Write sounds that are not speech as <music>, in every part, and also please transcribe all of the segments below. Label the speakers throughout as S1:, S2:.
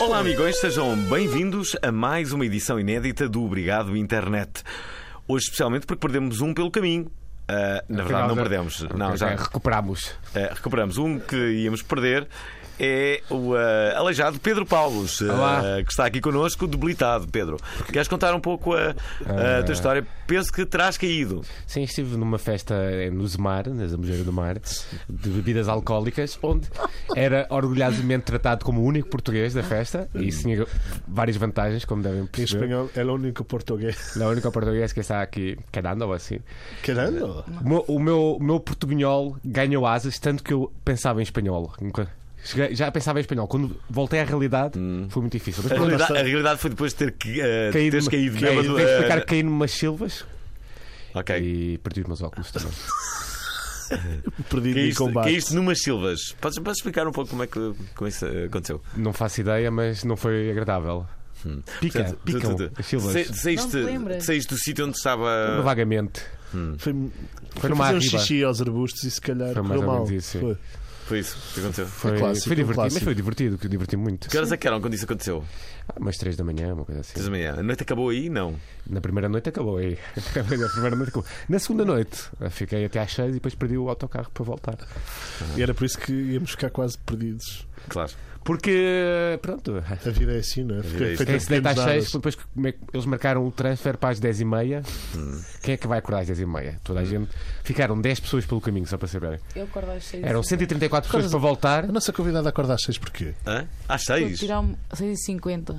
S1: Olá, amigões, sejam bem-vindos a mais uma edição inédita do Obrigado Internet. Hoje, especialmente porque perdemos um pelo caminho. Ah, na verdade, não perdemos. Não, já
S2: recuperamos.
S1: ah, recuperamos. Um que íamos perder é o ah, aleijado Pedro Paulos, ah,
S2: Olá.
S1: que está aqui connosco, debilitado. Pedro, queres contar um pouco a, a tua história? Penso que terás caído.
S2: Sim, estive numa festa eh, no Zemar, na Zambujeira do Mar, de bebidas alcoólicas, onde era orgulhosamente tratado como o único português da festa e isso tinha várias vantagens, como devem
S3: En
S2: perceber.
S3: español, el é único <laughs> portugués.
S2: Ele é o único português que está aqui quedando ou assim.
S3: Quedando.
S2: O meu, o meu, o meu portunhol ganhou asas, tanto que eu pensava em espanhol. Nunca- cheguei- já pensava em espanhol. Quando voltei à realidade,
S1: Hum.
S2: foi muito difícil.
S1: <laughs>
S2: Mas
S1: A
S2: pronto,
S1: realidade, a realidade foi depois de ter que, ah,
S2: caí
S1: teres
S2: numa-
S1: caído.
S2: caí-
S1: bêbado,
S2: tenho que
S1: ah,
S2: explicar que caí numas silvas
S1: Ok.
S2: e perdi os meus óculos também.
S3: Perdido em
S1: Caíste,
S3: combate.
S1: caíste numas silvas. Podes, podes explicar um pouco como é que como isso ah, aconteceu?
S2: Não faço ideia, mas não foi agradável.
S3: Hum.
S2: Pica,
S1: Portanto,
S2: picam
S1: tu- tu-
S2: as silvas.
S1: sa- Saíste,
S4: Não te lembras?
S1: saíste do sítio onde estava.
S2: Vagamente.
S3: Foi,
S2: Foi
S3: foi
S2: numa
S3: fazer um
S2: arriba.
S3: xixi aos arbustos e se calhar
S2: Foi mais
S3: correu
S2: ou
S3: mal.
S2: menos isso, sim.
S3: Foi.
S1: Foi isso que aconteceu.
S2: Foi,
S3: clássico,
S2: foi divertido,
S3: um clássico.
S2: mas foi divertido, que eu diverti muito.
S1: Que horas é que eram quando isso aconteceu?
S2: Ah, umas três da manhã, uma coisa assim.
S1: Três da manhã. A noite acabou aí? Não.
S2: Na primeira noite acabou aí. <laughs> Na primeira noite acabou. Na segunda noite, ah, fiquei até às seis e depois perdi o autocarro para voltar.
S3: E era por isso que íamos ficar quase perdidos.
S1: Claro.
S2: Porque,
S3: <laughs>
S2: pronto,
S3: A vida é assim, não é?
S1: vida é
S3: Fica- feita
S1: isto.
S2: quem
S3: de
S2: se deita às
S3: pequenos
S2: seis,
S3: dados.
S2: depois como é que- eles marcaram o transfer para as dez e meia.
S3: Hum.
S2: Quem é que vai acordar às dez e meia? Toda a gente. Ficaram 10 pessoas pelo caminho, só para saberem.
S4: Eu acordo às seis.
S2: Eram 134 pessoas para voltar.
S3: A nossa convidada acorda às seis porquê?
S1: Hã? Às
S4: Vou
S1: seis?
S4: tirar um- 6h50.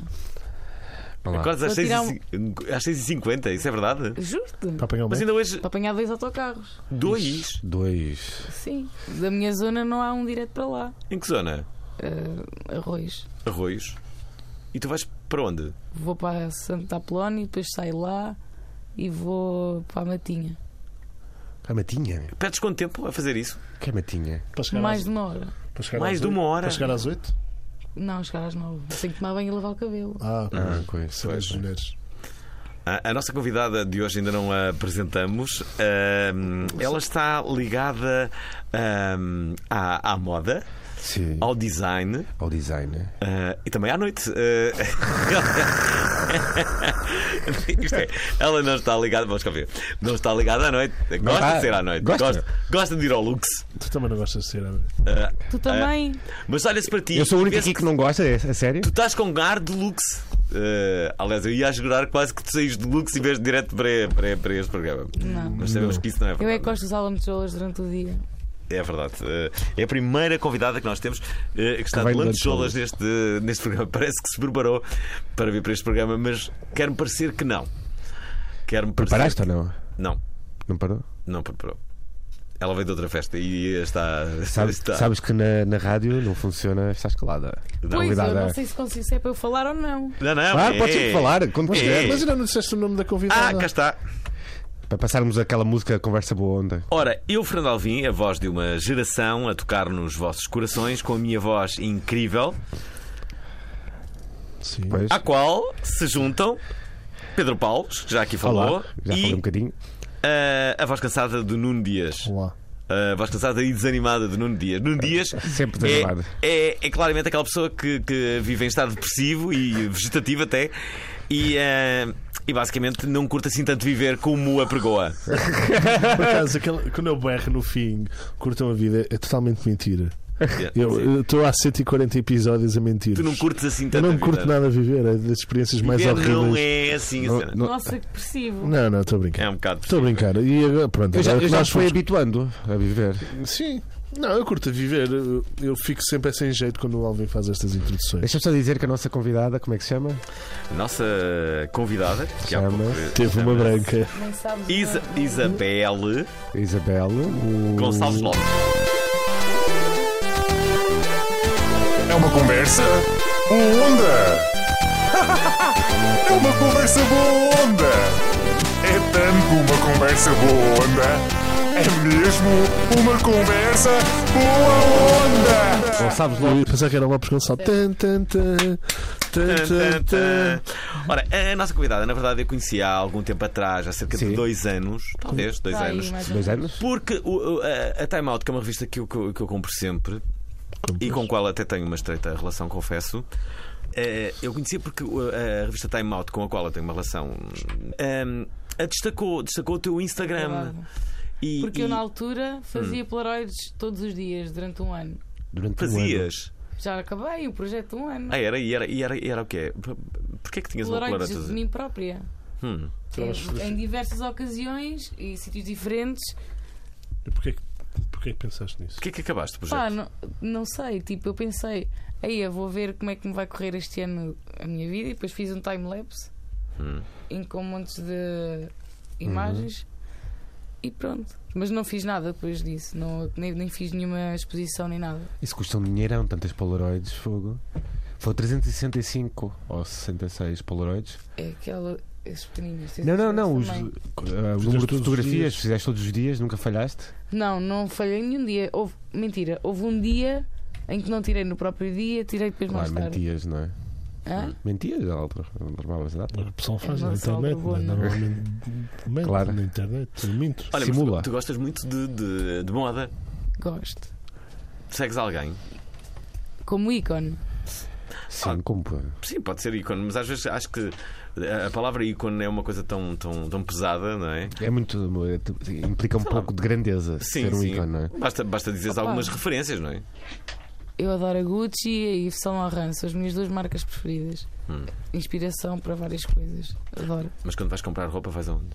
S2: Olá.
S1: Acordas às
S4: Vou
S1: seis,
S4: tirar um-
S1: e cin- às seis e cinquenta, isso é verdade?
S2: Tá
S4: Juro-te.
S3: Para
S4: Para
S3: apanhar o
S1: Mas
S3: metro?
S1: ainda hoje,
S4: apanhar dois autocarros.
S1: dois.
S2: Dois.
S4: Sim. Da minha zona não há um direto para lá.
S1: Em que zona?
S4: Ah, arroz.
S1: Arroios. E tu vais para onde?
S4: Vou para Santa Apolónia e depois saio lá e vou para a Matinha.
S2: A matinha?
S1: Perdes quanto tempo a fazer isso?
S2: Que é matinha?
S3: Para chegar
S4: Mais
S3: às-
S4: de uma hora.
S3: para chegar
S1: um- mais
S3: às
S1: de uma
S3: oito?
S1: hora?
S3: Para chegar às oito?
S4: Não, chegar às nove. Tenho que tomar banho e lavar o cabelo.
S3: Ah,
S2: Ah, conheço.
S3: são as mulheres.
S1: Ah, A, a nossa convidada de hoje ainda não a apresentamos. Ahm, ela está ligada ahm, à, à moda,
S2: Sim.
S1: ao design.
S2: Ao design. né?
S1: Ah, e também à noite. Eh, Ah, <laughs> Isto é, ela não está ligada, vamos cá ver. Não está ligada à noite. Gosta
S2: está.
S1: de ser à noite.
S2: Ah, Gosta.
S1: gosta de ir ao Lux.
S3: Tu também não gostas de ser amigo.
S1: Ah,
S4: Tu também?
S1: mas olha-se para ti.
S2: Eu sou o único
S1: vês
S2: aqui que não gosta, é, é sério?
S1: Tu estás com ar de Lux. Ah, aliás, eu ia jurar quase que tu saís de Lux e vês direto para, para, para este programa.
S4: Não.
S1: Mas sabemos que isso não é
S4: Eu
S1: verdade.
S4: é que gosto de usar lantejoulas durante o dia.
S1: É verdade. Eh, É a primeira convidada que nós temos eh, que está
S2: Que vem
S1: de
S2: de
S1: lantejoulas neste, neste programa. Parece que se preparou para vir para este programa, mas quer-me parecer que não. Quer-me parecer.
S2: Preparaste ou não?
S1: Não,
S2: Não parou?
S1: não preparou. Ela veio de outra festa e está.
S2: Sabes,
S1: está
S2: sabes que na, na rádio não funciona esta escalada.
S1: Não.
S4: Pois, eu
S2: Convidada.
S4: não sei se consigo se é para eu falar ou não.
S1: Não, não,
S2: Claro,
S1: é-
S2: pode sempre Ah, falar, quando
S1: É.
S2: quiser.
S3: Mas ainda não disseste o nome da
S1: Ah,
S3: convidada.
S1: cá está.
S2: Para passarmos aquela música Conversa Boa Onda.
S1: Ora, eu, Fernando Alvim, a voz de uma geração a tocar nos vossos corações com a minha voz incrível,
S3: Sim.
S2: Pois.
S1: à qual se juntam Pedro Paulos, que já aqui falou,
S2: Olá, já
S1: e
S2: falei um bocadinho.
S1: Ah, a voz cansada do Nuno Dias.
S3: Olá.
S1: Ah, a voz cansada e desanimada do Nuno Dias. Nuno Dias.
S2: Sempre desanimado.
S1: é, é, é claramente aquela pessoa que, que vive em estado depressivo e vegetativo até. E. ah, e basicamente não curta assim tanto viver como a pergoa.
S3: Por acaso, aquele- quando eu berro no fim, curtam a vida, é totalmente mentira.
S1: Yeah,
S3: Eu
S1: sim.
S3: <laughs> eu estou há 140 episódios a mentir.
S1: tu não curtes assim
S3: Eu
S1: tanto
S3: não
S1: a vida.
S3: curto nada a viver, é das experiências mais
S1: Viver não
S3: horríveis.
S1: é assim a cena.
S4: Nossa, que depressivo.
S3: Não, não, estou a
S1: É
S3: brincar.
S1: um bocado.
S3: Estou a brincar. E agora, pronto,
S2: Eu já,
S3: agora
S2: eu
S3: que
S2: já me
S3: nós
S2: fui
S3: fomos...
S2: habituando a viver.
S3: Sim. Não, eu curto a viver. Eu- Eu fico sempre sem jeito quando o Alvin faz estas introduções.
S2: Deixa-me só dizer que a nossa convidada, como é que se chama?
S1: Nossa convidada, que há
S2: Chama-
S1: pouco,
S3: Teve uma
S1: chama-se
S3: branca.
S4: Nem sabes. o
S1: Isa,
S4: nome.
S1: Isabel
S2: Isabel. o-
S1: Gonçalves Lopes.
S5: É uma conversa boa onda. <laughs> É uma conversa boa onda. É tanto uma conversa boa onda. É mesmo uma conversa boa onda.
S2: Gonçalves
S3: Eu
S2: Lopes.
S3: ia pensar que era o Lopes Gonçalves. Tan, tan, tan, tan, tan, tan.
S1: Ora, a nossa convidada, na verdade, eu conhecia há algum tempo atrás, há cerca de
S2: Sim.
S1: dois anos, talvez, dois
S4: Tá aí,
S1: anos.
S4: mais ou
S2: Dois
S4: menos.
S2: anos?
S1: Porque o- o- a, a Time Out, que é uma revista que eu, que eu- que eu compro sempre e com a qual até tenho uma estreita relação, confesso. eh, eu conhecia porque o- a, a revista Time Out, com a qual eu tenho uma relação, hum, a destacou, destacou o teu Instagram.
S4: Claro.
S1: E,
S4: É Porque
S1: e Hum.
S4: eu, na altura, fazia polaroids todos os dias, durante um ano.
S2: Durante um ano.
S1: fazias.
S4: Já acabei o projeto de um ano.
S1: Ah, era, e era, e era, e era o quê? Por- Porquê é que tinhas uma
S4: Polaroids
S1: polaroid? a
S4: de
S1: fazer?
S4: mim própria.
S1: Hum.
S4: Em, em diversas ocasiões e sítios diferentes.
S3: E porquê, que- porquê que pensaste nisso?
S1: Porquê é que acabaste o projeto?
S4: Pá, não, não sei. Tipo, eu pensei, aí eu vou ver como é que me vai correr este ano a minha vida. E depois fiz um time-lapse
S1: Hum.
S4: em- com montes de imagens.
S1: Uhum.
S4: E pronto. Mas não fiz nada depois disso. Não, nem, nem fiz nenhuma exposição nem nada.
S2: Isso custa um dinheirão, tantas Polaroids, fogo. Foi 365 ou 66 Polaroids.
S4: É aquela. Esses pequeninos. tens
S2: Não, não,
S4: acesso
S2: não. Os,
S4: também.
S2: ah, o número de
S3: todos os
S2: fotografias,
S3: dias.
S2: fizeste todos os dias, nunca falhaste.
S4: Não, não falhei nenhum dia. Houve, mentira, houve um dia em que não tirei no próprio dia, tirei depois
S2: Claro,
S4: mais tarde.
S2: mentias, não é?
S1: Hum.
S4: Hã?
S2: Mentias, é alter- normava-se nada.
S3: O pessoal faz
S4: É
S3: na
S4: uma
S3: internet,
S4: sobra boa,
S3: né?
S4: não é?
S3: normalmente mente
S2: Claro.
S3: na internet, minto.
S1: Olha,
S2: Simula.
S1: Mas tu, tu gostas muito de, de, de moda.
S4: Gosto.
S1: Segues alguém?
S4: Como ícone.
S2: Sim, como. pô.
S1: Sim, pode ser ícone, mas às vezes acho que a- a palavra ícone é uma coisa tão, tão, tão pesada, não é?
S2: É muito. Implica um
S1: Sei lá.
S2: pouco de grandeza
S1: Sim,
S2: ser um
S1: sim.
S2: ícone, não é?
S1: Basta, basta dizeres
S4: Opa.
S1: algumas referências, não é?
S4: Eu adoro a Gucci e a Yves Saint Laurent, são as minhas duas marcas preferidas.
S1: Hum.
S4: Inspiração para várias coisas. Adoro.
S1: Mas quando vais comprar roupa, vais aonde?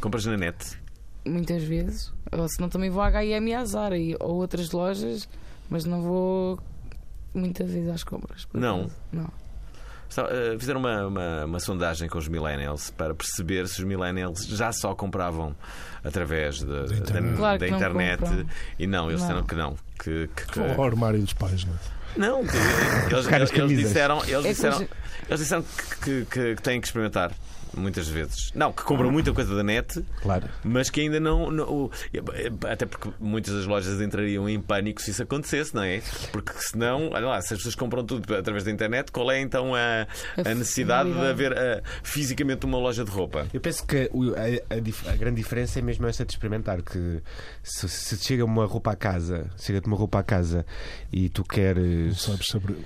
S1: Compras na net.
S4: Muitas vezes. Ou senão também vou à HM e à Zara e- ou outras lojas, mas não vou muitas vezes às compras. por
S1: Não.
S4: acaso. Não.
S1: Está- eh, Fizeram uma, uma, uma sondagem com os millennials para perceber se os millennials já só compravam através de- da
S3: internet.
S1: da
S4: Claro que não
S1: internet.
S4: compram.
S1: E não, eles
S4: Não.
S1: disseram que não. Que, que- que-
S3: O armário dos pais, não é?
S1: Não, que- eles,
S2: Buscar
S1: eles
S2: as camisas.
S1: disseram, eles
S4: É que
S1: disseram,
S4: hoje-
S1: eles disseram que, que- que- que têm que experimentar. Muitas vezes. Não, que compram muita coisa da net,
S2: Claro.
S1: mas que ainda não. não- o- até porque muitas das lojas entrariam em pânico se isso acontecesse, não é? Porque senão, olha lá, se as pessoas compram tudo através da internet, qual é então a, a necessidade de haver ah, fisicamente uma loja de roupa?
S2: Eu penso que o- a, a dif- a grande diferença é mesmo essa de experimentar. Que se, se te chega uma roupa à casa, chega-te uma roupa à casa e tu
S3: Não
S2: queres.
S3: sabes saber.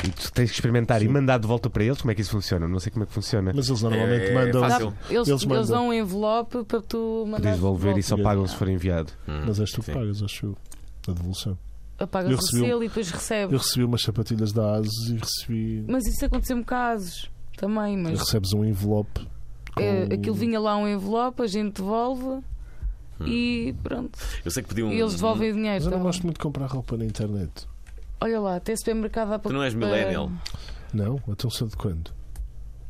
S2: E tu tens que experimentar e mandar de volta para eles como é que isso funciona. Não sei como é que funciona.
S3: Mas eles normalmente
S1: É, é
S3: mandam.
S1: fácil.
S4: Dá- eles,
S3: Eles
S4: eles,
S3: mandam.
S4: dão um envelope para tu um mandar.
S2: Desenvolver e só
S3: volta.
S2: pagam se for enviado.
S3: Mas és tu que
S1: Hum, Sim.
S3: pagas, acho eu. A devolução.
S4: Apagas
S3: Eu
S4: o
S3: recebi um-
S4: selo e depois recebes.
S3: Eu recebi umas sapatilhas da ASUS e recebi.
S4: Mas isso aconteceu-me casos também, mas
S3: Recebes um envelope. Com...
S4: eh, aquilo vinha lá um envelope, a gente devolve e pronto.
S1: Eu sei que pedi um.
S4: E eles devolvem o dinheiro.
S3: Hum. Mas eu não
S4: também.
S3: gosto muito de comprar roupa na internet.
S4: Olha lá, até supermercado há
S1: Tu
S4: pouco.
S1: não és
S4: para-
S1: millennial.
S3: Não? Então sou de quando?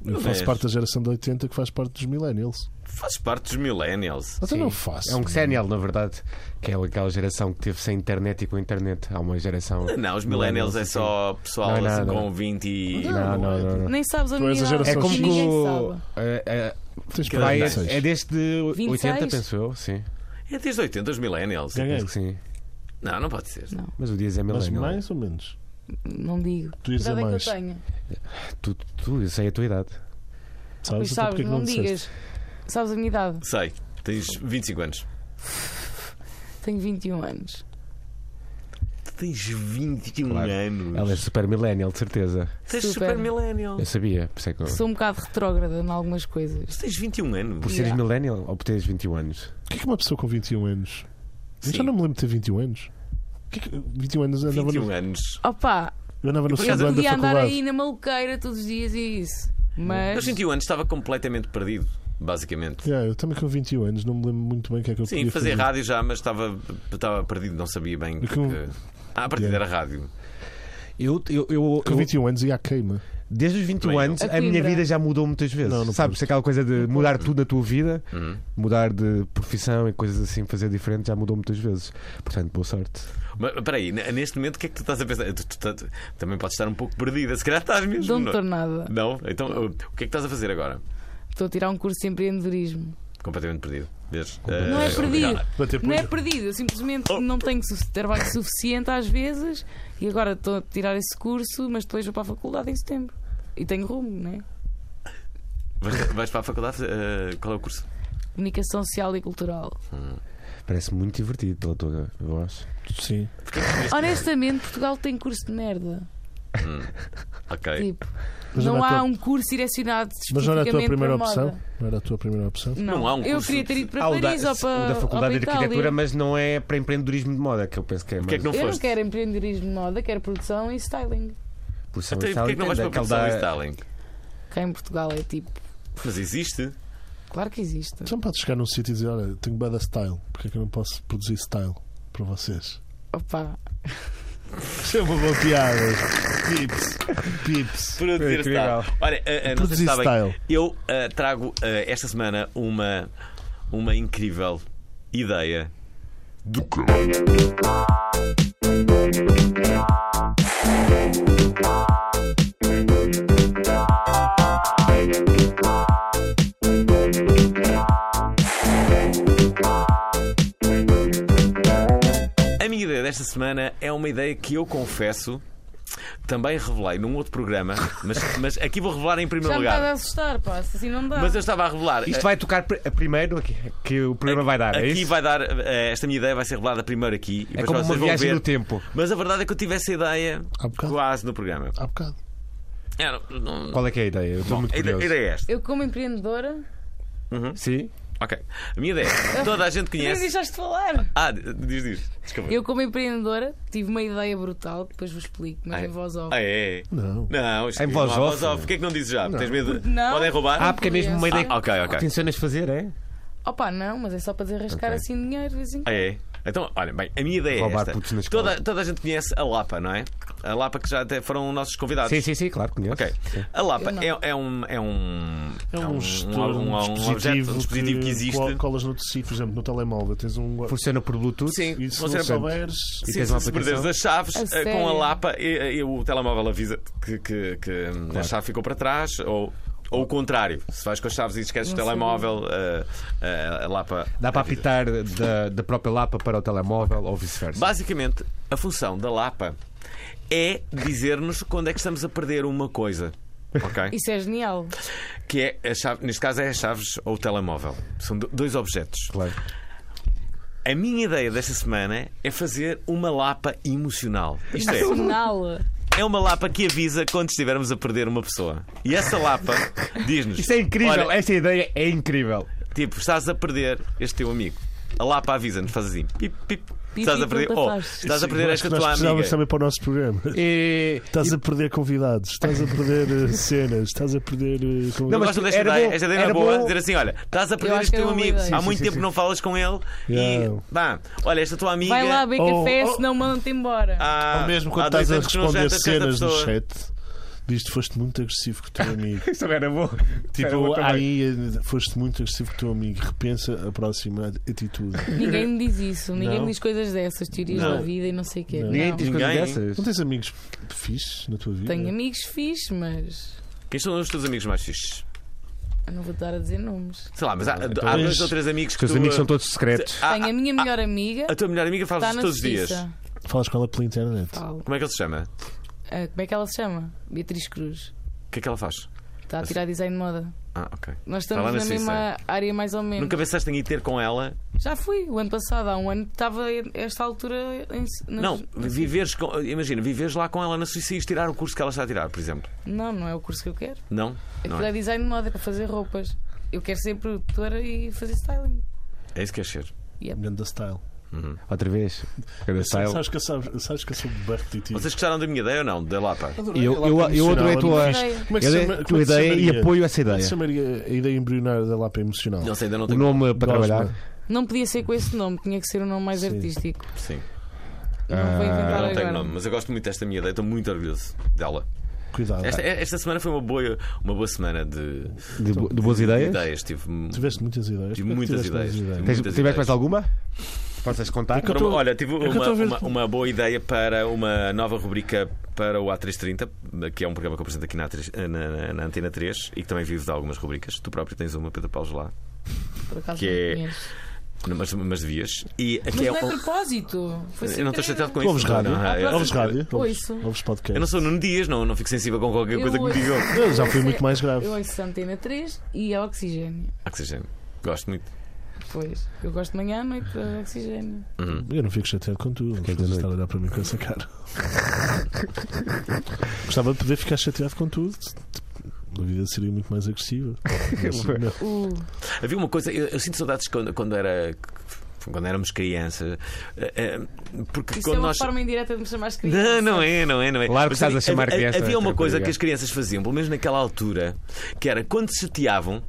S3: Eu
S1: Não
S3: faço
S1: és.
S3: parte da geração de 80 que faz parte dos millennials.
S1: Fazes é, parte dos millennials.
S3: Até
S2: Sim.
S3: não faço.
S2: É um Xennial, na verdade, que é aquela geração que teve sem internet e com internet. Há uma geração.
S1: Não, os millennials é só pessoal
S2: Não é
S1: assim,
S2: nada.
S1: com 20 e.
S2: Não, não, não. não.
S4: Nem sabes a
S3: Ah. Tu
S4: minha
S3: és a
S4: idade.
S2: É
S3: geração
S2: como
S3: X.
S2: que
S4: Ninguém
S2: o.
S4: sabe.
S2: é- é-
S3: Tens para
S2: vai-
S3: aí
S1: Caralho,
S2: é, é desde 80,
S4: 26?
S2: penso eu, sim.
S1: É desde 80 os millennials.
S3: Ganhei.
S2: Penso que sim.
S1: Não, não pode ser.
S4: Não,
S2: É. Mas o Dias é
S3: Mas
S2: millennial.
S3: mais ou menos.
S4: não digo.
S3: Tu
S4: Que
S3: dizes a
S4: idade é
S3: mais.
S4: que eu tenho?
S2: Tu, tu, eu sei a tua idade.
S4: Pois
S3: Sabes até porque é que
S4: sabes, não
S3: não disseste?
S4: digas. Sabes a minha idade?
S1: Sei, tens 25 anos.
S4: Tenho 21 anos.
S1: Tu tens 21
S2: Claro.
S1: anos.
S2: Ela é super millennial, de certeza.
S1: Tu és super,
S4: Super.
S1: millennial.
S2: Eu sabia, por, isso é
S3: Ah.
S2: que eu-
S4: Sou um bocado retrógrada em algumas coisas.
S1: Tu tens 21 anos.
S2: por seres
S4: Yeah.
S2: millennial ou por teres 21 anos.
S3: O que é que uma pessoa com 21 anos? Eu
S1: Sim.
S3: já não me lembro de ter 21 anos. O que é que- 21 anos eu andava
S1: 21
S3: no,
S1: anos.
S4: Opa,
S3: eu andava no
S1: Por acaso,
S3: segundo
S4: eu
S3: ano da
S4: podia andar aí
S3: faculdade.
S4: na maluqueira todos os dias e isso.
S1: Aos
S4: Mas.
S1: 21 anos estava completamente perdido, basicamente.
S3: Yeah, eu também com 21 anos não me lembro muito bem o que é que eu
S1: Sim,
S3: podia
S1: fazia
S3: fazer.
S1: rádio já, mas estava, estava perdido, não sabia bem.
S3: E
S1: Que...
S3: com-
S1: Ah, a partir era rádio.
S2: Eu, eu, eu,
S3: Com
S2: eu-
S3: 21 anos ia à queima.
S2: Desde os 21
S1: Também eu.
S2: anos,
S4: A
S2: a, minha
S4: Coimbra.
S2: vida já mudou muitas vezes.
S3: Não, no
S2: Sabes,
S3: Porto.
S2: aquela coisa de mudar tudo na tua vida,
S1: Uhum.
S2: mudar de profissão e coisas assim, fazer diferente, já mudou muitas vezes. Portanto, boa sorte.
S1: Mas peraí, n- neste momento o que é que tu estás a pensar? Tu- tu- tu- também podes estar um pouco perdida, se calhar estás mesmo.
S4: Não estou
S1: não? é?
S4: nada.
S1: Não? Então uh, o que é que estás a fazer agora?
S4: Estou a tirar um curso de empreendedorismo.
S1: Completamente perdido. Vês?
S4: Não é
S1: Eh,
S4: perdido.
S3: Bater
S4: Não é
S3: punho.
S4: perdido, eu simplesmente não tenho su- trabalho suficiente às vezes e agora estou a tirar esse curso, mas depois vou para a faculdade em setembro. E tenho rumo, né?
S1: Vais, vais para a faculdade? eh, qual é o curso?
S4: Comunicação social e cultural.
S2: Parece muito divertido pela tua voz.
S3: Sim.
S4: Honestamente, Portugal tem curso de merda.
S1: Ok.
S4: Tipo,
S3: Mas
S4: não
S3: era a
S4: há
S3: tua-
S4: um curso direcionado
S3: Mas não era a tua
S4: especificamente para
S3: primeira
S4: moda.
S3: opção? Não era a tua primeira opção?
S1: Não há um
S4: Eu
S1: curso
S4: queria ter ido para
S2: Há Ah, o da,
S4: Paris ou para.
S2: o da Faculdade
S4: ou
S2: de
S4: para
S2: Arquitetura,
S4: Itália.
S2: mas não é para empreendedorismo de moda, que eu penso que é.
S1: Porquê é que não
S4: Eu não
S1: foste?
S4: quero empreendedorismo de moda, quero produção e styling.
S2: Porção
S1: Até
S2: e
S1: porque é
S2: tal,
S1: que não vais para então? a
S2: aquele
S1: produção
S2: da-
S1: e styling?
S4: Cá em Portugal é tipo.
S1: Mas existe?
S4: Claro que existe.
S3: Então pode chegar num sítio e dizer: Olha, tenho bada style, porque é que eu não posso produzir style para vocês? <laughs>
S4: Opa,
S3: Isso é uma boa piada. Pips. Pips.
S1: Para dizer
S2: incrível.
S1: style. Olha, eh, eh, não sei se
S3: Produzir
S1: sabem,
S3: style.
S1: eu eh, trago eh, esta semana uma, uma incrível ideia.
S5: Do cão.
S1: A minha ideia desta semana é uma ideia que eu confesso também revelei num outro programa,
S2: <laughs>
S1: mas, mas aqui vou revelar em primeiro
S4: já me estás a
S1: lugar.
S4: assustar, pá, se assim não dá.
S1: Mas eu estava a revelar. eh,
S2: Isto vai tocar pr- a primeiro aqui, que o programa vai dar. é
S1: Aqui
S2: isso?
S1: vai dar. eh, Esta minha ideia vai ser revelada primeiro aqui. e
S2: É
S1: depois
S2: como
S1: vocês
S2: uma
S1: vão
S2: viagem
S1: ver.
S2: no tempo.
S1: Mas a verdade é que eu tive essa ideia
S3: Há bocado.
S1: quase no programa.
S3: Há bocado.
S1: É, não- não-
S2: Qual é que é a ideia? Eu estou muito
S1: a, ideia, a
S2: curioso.
S1: ideia é esta.
S4: Eu, como empreendedora,
S2: Sim?
S1: Ok. A minha ideia é. Toda a
S4: <laughs>
S1: gente
S4: nem
S1: conhece.
S4: deixaste de falar.
S1: Ah, diz, diz. Desculpa.
S4: Eu, como empreendedora, tive uma ideia brutal, depois vos explico, mas
S1: Ai.
S4: em voz off.
S1: Ah, é.
S3: Não.
S1: Não, isto
S2: Em voz
S1: não há
S2: off.
S1: Porquê é que não dizes já? Tens medo? de-
S4: Não.
S1: Podem roubar?
S2: Ah, porque é mesmo uma ideia
S1: Ah, ok,
S2: que
S1: ok.
S2: tencionas fazer, é?
S4: Opa, não, mas é só para desarrascar
S2: Ok.
S4: assim dinheiro de vez em
S1: Ah, é. Então, olha, bem, a minha ideia
S2: Roubar
S1: é
S2: putos na
S1: esta.
S2: escola.
S1: Toda, toda a gente conhece a Lapa, não é? A Lapa que já até foram nossos convidados.
S2: Sim, sim, sim, claro, conheço.
S1: Ah, Ok.
S2: Sim.
S1: A Lapa
S4: Eu não.
S1: é, é um. É um,
S3: É um gestor,
S1: um,
S3: um,
S1: um
S3: dispositivo,
S1: objeto, um dispositivo que, existe.
S3: col- colas noutro sítio, por exemplo, no telemóvel. Tens um.
S2: Funciona por Bluetooth.
S1: Sim, é
S3: E se não
S1: funciona por-
S3: souberes.
S2: E
S1: Sim,
S2: tens uma
S1: se
S2: aplicação.
S1: perderes as chaves
S4: A
S1: eh, com
S4: sério?
S1: a lapa, e, e o telemóvel avisa que, que- que, hum, a chave ficou para trás ou. Ou o contrário, se vais com as chaves e esqueces o
S4: Não
S1: telemóvel, eh, eh, a lapa.
S2: Dá para
S1: avisa.
S2: apitar da, da própria Lapa para o telemóvel ou vice-versa.
S1: Basicamente, a função da lapa é dizer-nos quando é que estamos a perder uma coisa. ok?
S4: <laughs> Isso é genial.
S1: Que é, a chave, neste caso, é as chaves ou o telemóvel. São do- dois objetos.
S2: Claro.
S1: A minha ideia desta semana é fazer uma lapa emocional. Isto é.
S4: Genial.
S1: É uma lapa que avisa quando estivermos a perder uma pessoa. E essa
S2: <laughs>
S1: lapa diz-nos:
S2: Isto é incrível,
S1: olha,
S2: esta ideia é incrível.
S1: Tipo, estás a perder este teu amigo. A lapa avisa-nos, faz assim: pip, pip. Estás a
S4: pip,
S1: perder,
S4: ele
S1: oh,
S4: faz.
S1: estás a perder
S3: Acho
S1: esta
S3: que nós
S1: tua
S3: precisávamos
S1: amiga.
S3: também para o nosso
S1: <laughs>
S3: programa.
S2: E-
S3: Estás a perder convidados, estás a perder eh, cenas, estás a perder. eh, com-
S2: Não,
S1: Eu
S2: mas
S1: gosto desta
S2: era
S1: ideia,
S2: bom-
S1: esta ideia não é
S2: era
S1: boa.
S2: bom-
S1: Dizer assim: olha, estás a perder
S4: acho
S1: este
S4: que era
S1: teu
S4: uma boa
S1: amigo.
S4: ideia.
S1: Há
S4: Sim,
S1: muito
S2: sim,
S1: tempo
S2: sim,
S1: que não falas com ele.
S3: Yeah.
S1: E, pá, olha, esta tua amiga.
S4: Vai lá beber
S3: Oh,
S4: café,
S3: oh.
S4: senão manda-te embora.
S1: há-
S3: Ou mesmo
S1: há
S3: quando
S1: dois
S3: estás a
S1: anos que não
S3: responder
S1: jantas com esta
S3: cenas no
S1: pessoa.
S3: chat, diz-te foste muito agressivo
S1: <laughs>
S3: com o teu amigo.
S2: <laughs> Isso era bom. Era bom
S3: tipo,
S2: também.
S3: aí eh, foste muito agressivo com o teu amigo, repensa a próxima atitude.
S4: Ninguém me diz isso, ninguém
S3: Não.
S4: me diz coisas dessas, teorias
S1: Não.
S4: da vida e não sei o quê.
S3: Não.
S2: Ninguém
S4: Não.
S2: diz coisas
S1: Ninguém.
S2: dessas.
S3: Não tens amigos fixes na tua vida?
S4: Tenho amigos fixe, mas
S1: Quem são os teus amigos mais fixes?
S4: eu não vou estar a dizer nomes.
S1: Sei lá, mas há,
S2: Então,
S1: há
S3: mas-
S1: dois ou três amigos
S2: Os
S1: que
S2: teus
S1: tu,
S2: amigos são
S1: ah,
S2: todos secretos.
S1: ah,
S4: Tenho a minha melhor amiga,
S1: A tua melhor amiga
S4: está
S1: falas
S4: na
S1: todos os dias.
S4: justiça.
S3: Falas com ela pela internet.
S4: Falo.
S1: Como é que ele se chama?
S4: Ah, como é que ela se chama? Beatriz Cruz.
S1: O que é que ela faz?
S4: Está a tirar design de moda.
S1: Ah, ok.
S4: Nós
S1: Está
S4: estamos
S1: lá na
S4: na mesma área mais ou menos.
S1: Nunca pensaste em ir ter com ela?
S4: Já fui, o ano passado, há um ano, estava a esta altura em. nas-
S1: Não, viveres com- Imagina, viveres lá com ela na Suíça e ires tirar o curso que ela está a tirar, por exemplo.
S4: Não, não é o curso que eu quero.
S1: Não? Não
S4: Aquilo
S1: é?
S4: é design de moda, é para fazer roupas. Eu quero ser produtora e fazer styling.
S1: É isso que queres ser.
S3: Ganda style.
S2: Outra vez. Cada style.
S3: Sabes que eu, sabes, sabes que eu sou bem repetitivo.
S1: Vocês gostaram da minha ideia ou não? Da Lapa?
S3: Adorei
S2: Eu-
S3: ela
S2: eu-
S3: como
S2: eu adorei
S3: emocional,
S2: a tua-
S3: é muito
S4: Adorei.
S3: fixe.
S2: Eu dei-
S3: chama-
S2: tua
S3: como é que se
S2: ideia e
S3: chamaria?
S2: apoio essa
S3: Como é que se
S2: ideia.
S3: chamaria a ideia embrionária da Lapa emocional?
S1: Não sei, ainda não
S2: O
S1: tenho.
S2: nome para
S3: Gosma.
S2: trabalhar.
S4: Não podia ser com esse nome, tinha que ser um nome mais
S3: Sim.
S4: artístico.
S1: Sim.
S4: Não vou
S2: Ah.
S1: Eu
S4: inventar
S1: não tenho
S4: agora.
S1: nome, mas eu gosto muito desta minha ideia, estou muito orgulhoso dela.
S3: Cuidado.
S1: Esta, esta semana foi uma boa, uma boa semana de,
S2: De, bo- de boas ideias?
S1: de ideias. Tive,
S3: Tiveste muitas ideias.
S1: tive
S3: Como é que
S1: muitas
S3: tiveste
S1: ideias.
S3: tantas
S1: Tive
S2: Tens,
S1: muitas
S2: tiveste
S1: ideias. um
S2: mais alguma? Possas contar?
S3: É que eu tô-
S1: Olha, tive
S3: eu tô
S1: uma,
S3: a ver-
S1: uma, uma boa ideia para uma nova rubrica para o A330, que é um programa que eu apresento aqui na, A3 na- na- na Antena 3 e que também vive de algumas rubricas. Tu próprio tens uma, Pedro Paulo lá,
S4: Por acaso
S1: Que
S4: não
S1: é-
S4: conheço.
S1: mas, mas devias. E
S4: Mas
S1: aqui é
S4: não é
S1: um-
S4: propósito. Foi sem
S1: Eu não estou
S4: querer.
S1: chateado com
S3: Tu
S1: isso.
S3: ouves rádio?
S1: Não,
S4: Ah,
S1: eu-
S3: Ouves rádio? Ouves,
S4: Ouço.
S3: ouves podcast?
S1: Eu não sou Nuno Dias, não, não fico sensível com qualquer
S4: Eu
S1: coisa que me
S4: ouço.
S1: digam.
S3: Eu já fui
S4: Eu
S3: muito
S4: sei-
S3: mais grave.
S4: Eu ouço Antena 3 e a Oxigênio.
S1: Oxigênio. Ah, Gosto muito.
S4: Pois, eu gosto de manhã à noite da Oxigênio.
S1: Uhum.
S3: Eu não fico chateado com tu.
S2: Fiquei
S3: Não
S2: da noite.
S3: estar a olhar para mim com essa
S2: <laughs>
S3: cara. Gostava de poder ficar chateado com tudo. A vida seria muito mais
S2: <laughs>
S3: agressiva. Mas, não.
S4: O
S1: Havia uma coisa, eu, eu sinto saudades quando, quando era. Quando éramos criança. eh, eh, Porque
S4: Isso é
S1: quando
S4: uma
S1: nós.
S4: forma indireta de me chamar
S1: Não, não é, não é, não é.
S2: Claro que estás
S1: havia-
S2: a chamar
S1: havia-
S2: criança, é
S1: Havia uma
S2: Pedro,
S1: coisa
S2: obrigado.
S1: que as crianças faziam, pelo menos naquela altura, que era quando se chateavam.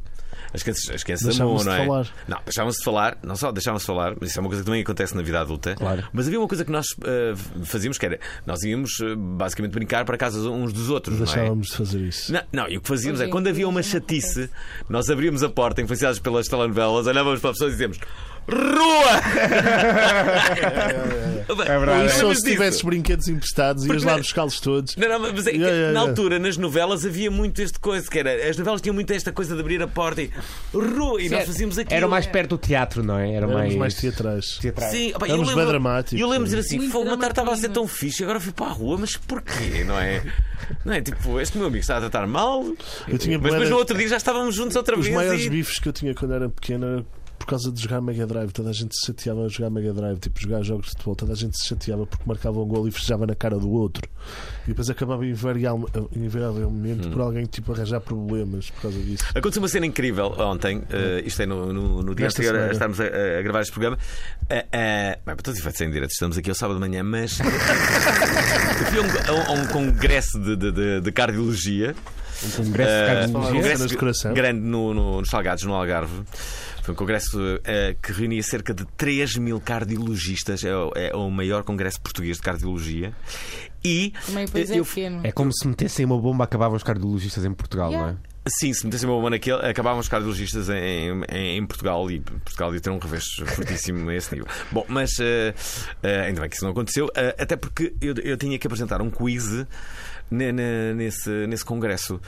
S1: As crianças, as crianças amam,
S3: Deixavam-se
S1: não
S3: de
S1: é?
S3: falar.
S1: Não, deixavam-se de falar, não só deixavam-se de falar, mas isso é uma coisa que também acontece na vida adulta.
S2: Claro.
S1: Mas havia uma coisa que nós eh, fazíamos, que era nós íamos eh, basicamente brincar para casa uns dos outros, não é?
S3: Deixávamos de fazer isso.
S1: Não, não, e o que fazíamos
S4: Hoje
S1: é
S4: em
S1: quando
S4: dia
S1: havia uma
S4: já não acontece.
S1: chatice, nós abríamos a porta, influenciados pelas telenovelas, olhávamos para as pessoas e dizíamos:
S2: <laughs>
S1: Rua!
S2: É verdade.
S3: Ou isso, ou
S1: Lembras
S3: se
S1: disso?
S3: tivesses brinquedos emprestados e ias lá buscá-los todos.
S1: Não, não, mas é que
S3: Yeah, yeah,
S1: na
S3: yeah.
S1: altura, nas novelas, havia muito este coisa, que era. As novelas tinham muito esta coisa de abrir a porta e. Rua! E nós
S4: Certo.
S1: fazíamos aquilo.
S2: Era mais perto do teatro, não é? Era
S3: Éramos
S2: mais,
S3: mais teatrais.
S2: teatral.
S1: Sim, opa,
S3: Éramos bem dramáticos.
S1: eu lembro de dizer assim:
S4: Muito
S1: Fogo Matar estava a ser
S4: dramatismo.
S1: tão fixe, agora fui para a rua, mas porquê? Não é? Não é? Tipo, este meu amigo está a tratar mal,
S3: Eu tinha
S1: mas depois
S3: bué-
S1: no outro dia já estávamos juntos outra
S3: Os
S1: vez.
S3: maiores
S1: e...
S3: bifes que eu tinha quando era pequeno era por causa de jogar Mega Drive. Toda a gente se chateava a jogar Mega Drive, tipo jogar jogos de futebol. Toda a gente se chateava porque marcava um gol e festejava na cara do outro. E depois acabava invarial- invariavelmente
S2: Hum.
S3: por alguém tipo arranjar problemas por causa disso.
S1: Aconteceu uma cena incrível ontem, eh, isto é no, no- no dia
S3: Hum. Nesta
S1: anterior a
S3: semana.
S1: estarmos a, a gravar este programa. Eh, eh, bem, para todos os efeitos em direto, estamos aqui ao sábado de manhã,
S3: <laughs>
S1: mas eu fui a um, a um- a um congresso de, de- de- de cardiologia.
S2: Um congresso de
S1: eh,
S2: cardiologia.
S1: um congresso
S3: Cenas de coração.
S1: grande no, no- nos Salgados, no Algarve. Foi um congresso eh, que reunia cerca de 3 mil cardiologistas. É, o- é o maior congresso português de cardiologia. E
S4: meio país
S1: eh,
S4: é
S1: eu,
S4: pequeno.
S2: É como se metessem uma bomba, acabavam os cardiologistas em Portugal,
S4: Yeah.
S2: não é?
S1: Sim, se metessem uma mão naquele, acabavam os cardiologistas em, em, em Portugal e Portugal ia ter um revés fortíssimo a esse nível. Bom, mas eh, eh, ainda bem que isso não aconteceu, eh, até porque eu, eu tinha que apresentar um quiz ne- ne- nesse, nesse congresso.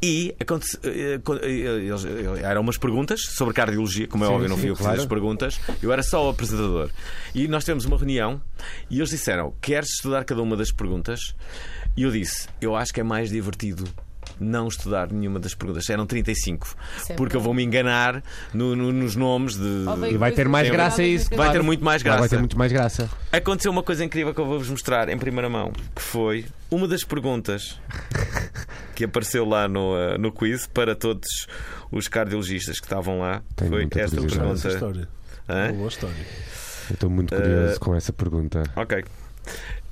S1: E aconte- eh, con- eh, eles- eh, eram umas perguntas sobre cardiologia, como é
S2: Sim,
S1: óbvio, eu não
S2: sim,
S1: fui eu que fiz
S2: claro.
S1: as perguntas, eu era só o apresentador. E nós tivemos uma reunião e eles disseram: Queres estudar cada uma das perguntas? E eu disse: Eu acho que é mais divertido não estudar nenhuma das perguntas. Eram 35.
S4: Isso é Oh,
S1: porque eu
S4: verdade.
S1: vou-me enganar no- no- nos nomes de.
S4: Odeio
S2: E vai ter
S4: coisas
S2: mais
S4: que
S2: graça
S4: eu
S2: isso.
S4: não
S1: Vai ter
S4: sei.
S1: muito mais
S2: Vai ter
S1: graça.
S2: muito mais graça.
S1: Aconteceu uma coisa incrível que eu vou-vos mostrar em primeira mão, que foi uma das
S2: <laughs>
S1: perguntas que apareceu lá no, eh, no quiz para todos os cardiologistas que estavam lá.
S2: Tenho
S1: foi
S2: muita
S1: esta
S2: curiosidade.
S3: Essa
S1: pergunta.
S3: história. Uma
S1: Hã?
S3: boa história.
S2: Eu estou muito curioso
S1: Eh,
S2: com essa pergunta.
S1: Ok.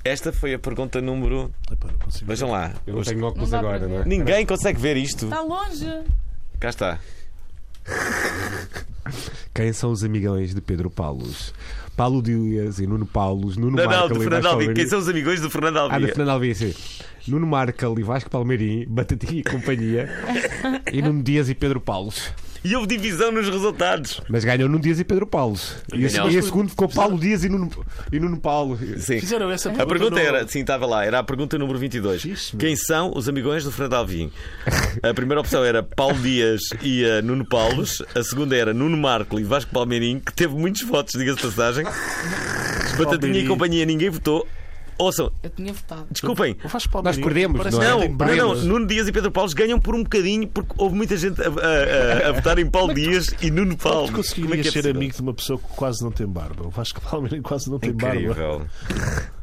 S1: Esta foi a pergunta número.
S3: Epá, não consigo.
S1: Vejam lá.
S2: Eu não tenho óculos
S4: dá para
S2: agora,
S4: ver.
S2: não é?
S1: Ninguém consegue ver isto.
S4: Está Tá longe.
S1: Cá está.
S2: Quem são os amigões de Pedro Paulos? Paulo Dias e Nuno Paulos, Nuno
S1: Não, não,
S2: Markel
S1: do
S2: e
S1: Fernando
S2: Vasco
S1: Alvim.
S2: Palmeirim.
S1: Quem são os amigões do Fernando
S2: Ah, do
S1: Alvim?
S2: Fernando Alvim, sim. Nuno Markel e Vasco Palmeirim, Batatinha e companhia. e Nuno Dias e Pedro Paulos.
S1: E houve divisão nos resultados.
S2: Mas ganham Nuno Dias e Pedro Paulos. E a,
S1: Ganhou.
S2: e a segunda ficou Paulo Dias e Nuno, e Nuno Paulo.
S1: Sim.
S3: Fizeram essa
S1: A pergunta
S3: no-
S1: era, sim, estava lá, era a pergunta número 22.
S3: Fixe, meu.
S1: Quem são os amigões do Fernando Alvim? A primeira opção era Paulo Dias e eh, Nuno Paulos. A segunda era Nuno Marco e Vasco Palmeirim, que teve muitos votos, diga-se de passagem. Batatinha e
S3: Palmeirim.
S1: companhia, ninguém votou. Ouçam,
S4: Eu tinha votado.
S1: desculpem,
S3: O Vasco Palmeirinho
S2: Nós perdemos,
S3: parece
S2: não é?
S3: que
S1: Não,
S3: tem
S1: não, não,
S3: barbas.
S1: Nuno Dias e Pedro Paulo ganham por um bocadinho porque houve muita gente a, <laughs> a- a- a votar em Paulo Dias e Nuno Paulo.
S3: Tu
S1: é Como é
S3: conseguirias
S1: que é
S3: ser
S1: possível?
S3: amigo de uma pessoa que quase não tem barba. O Vasco Palmeirinho quase não tem barba.
S1: Incrível.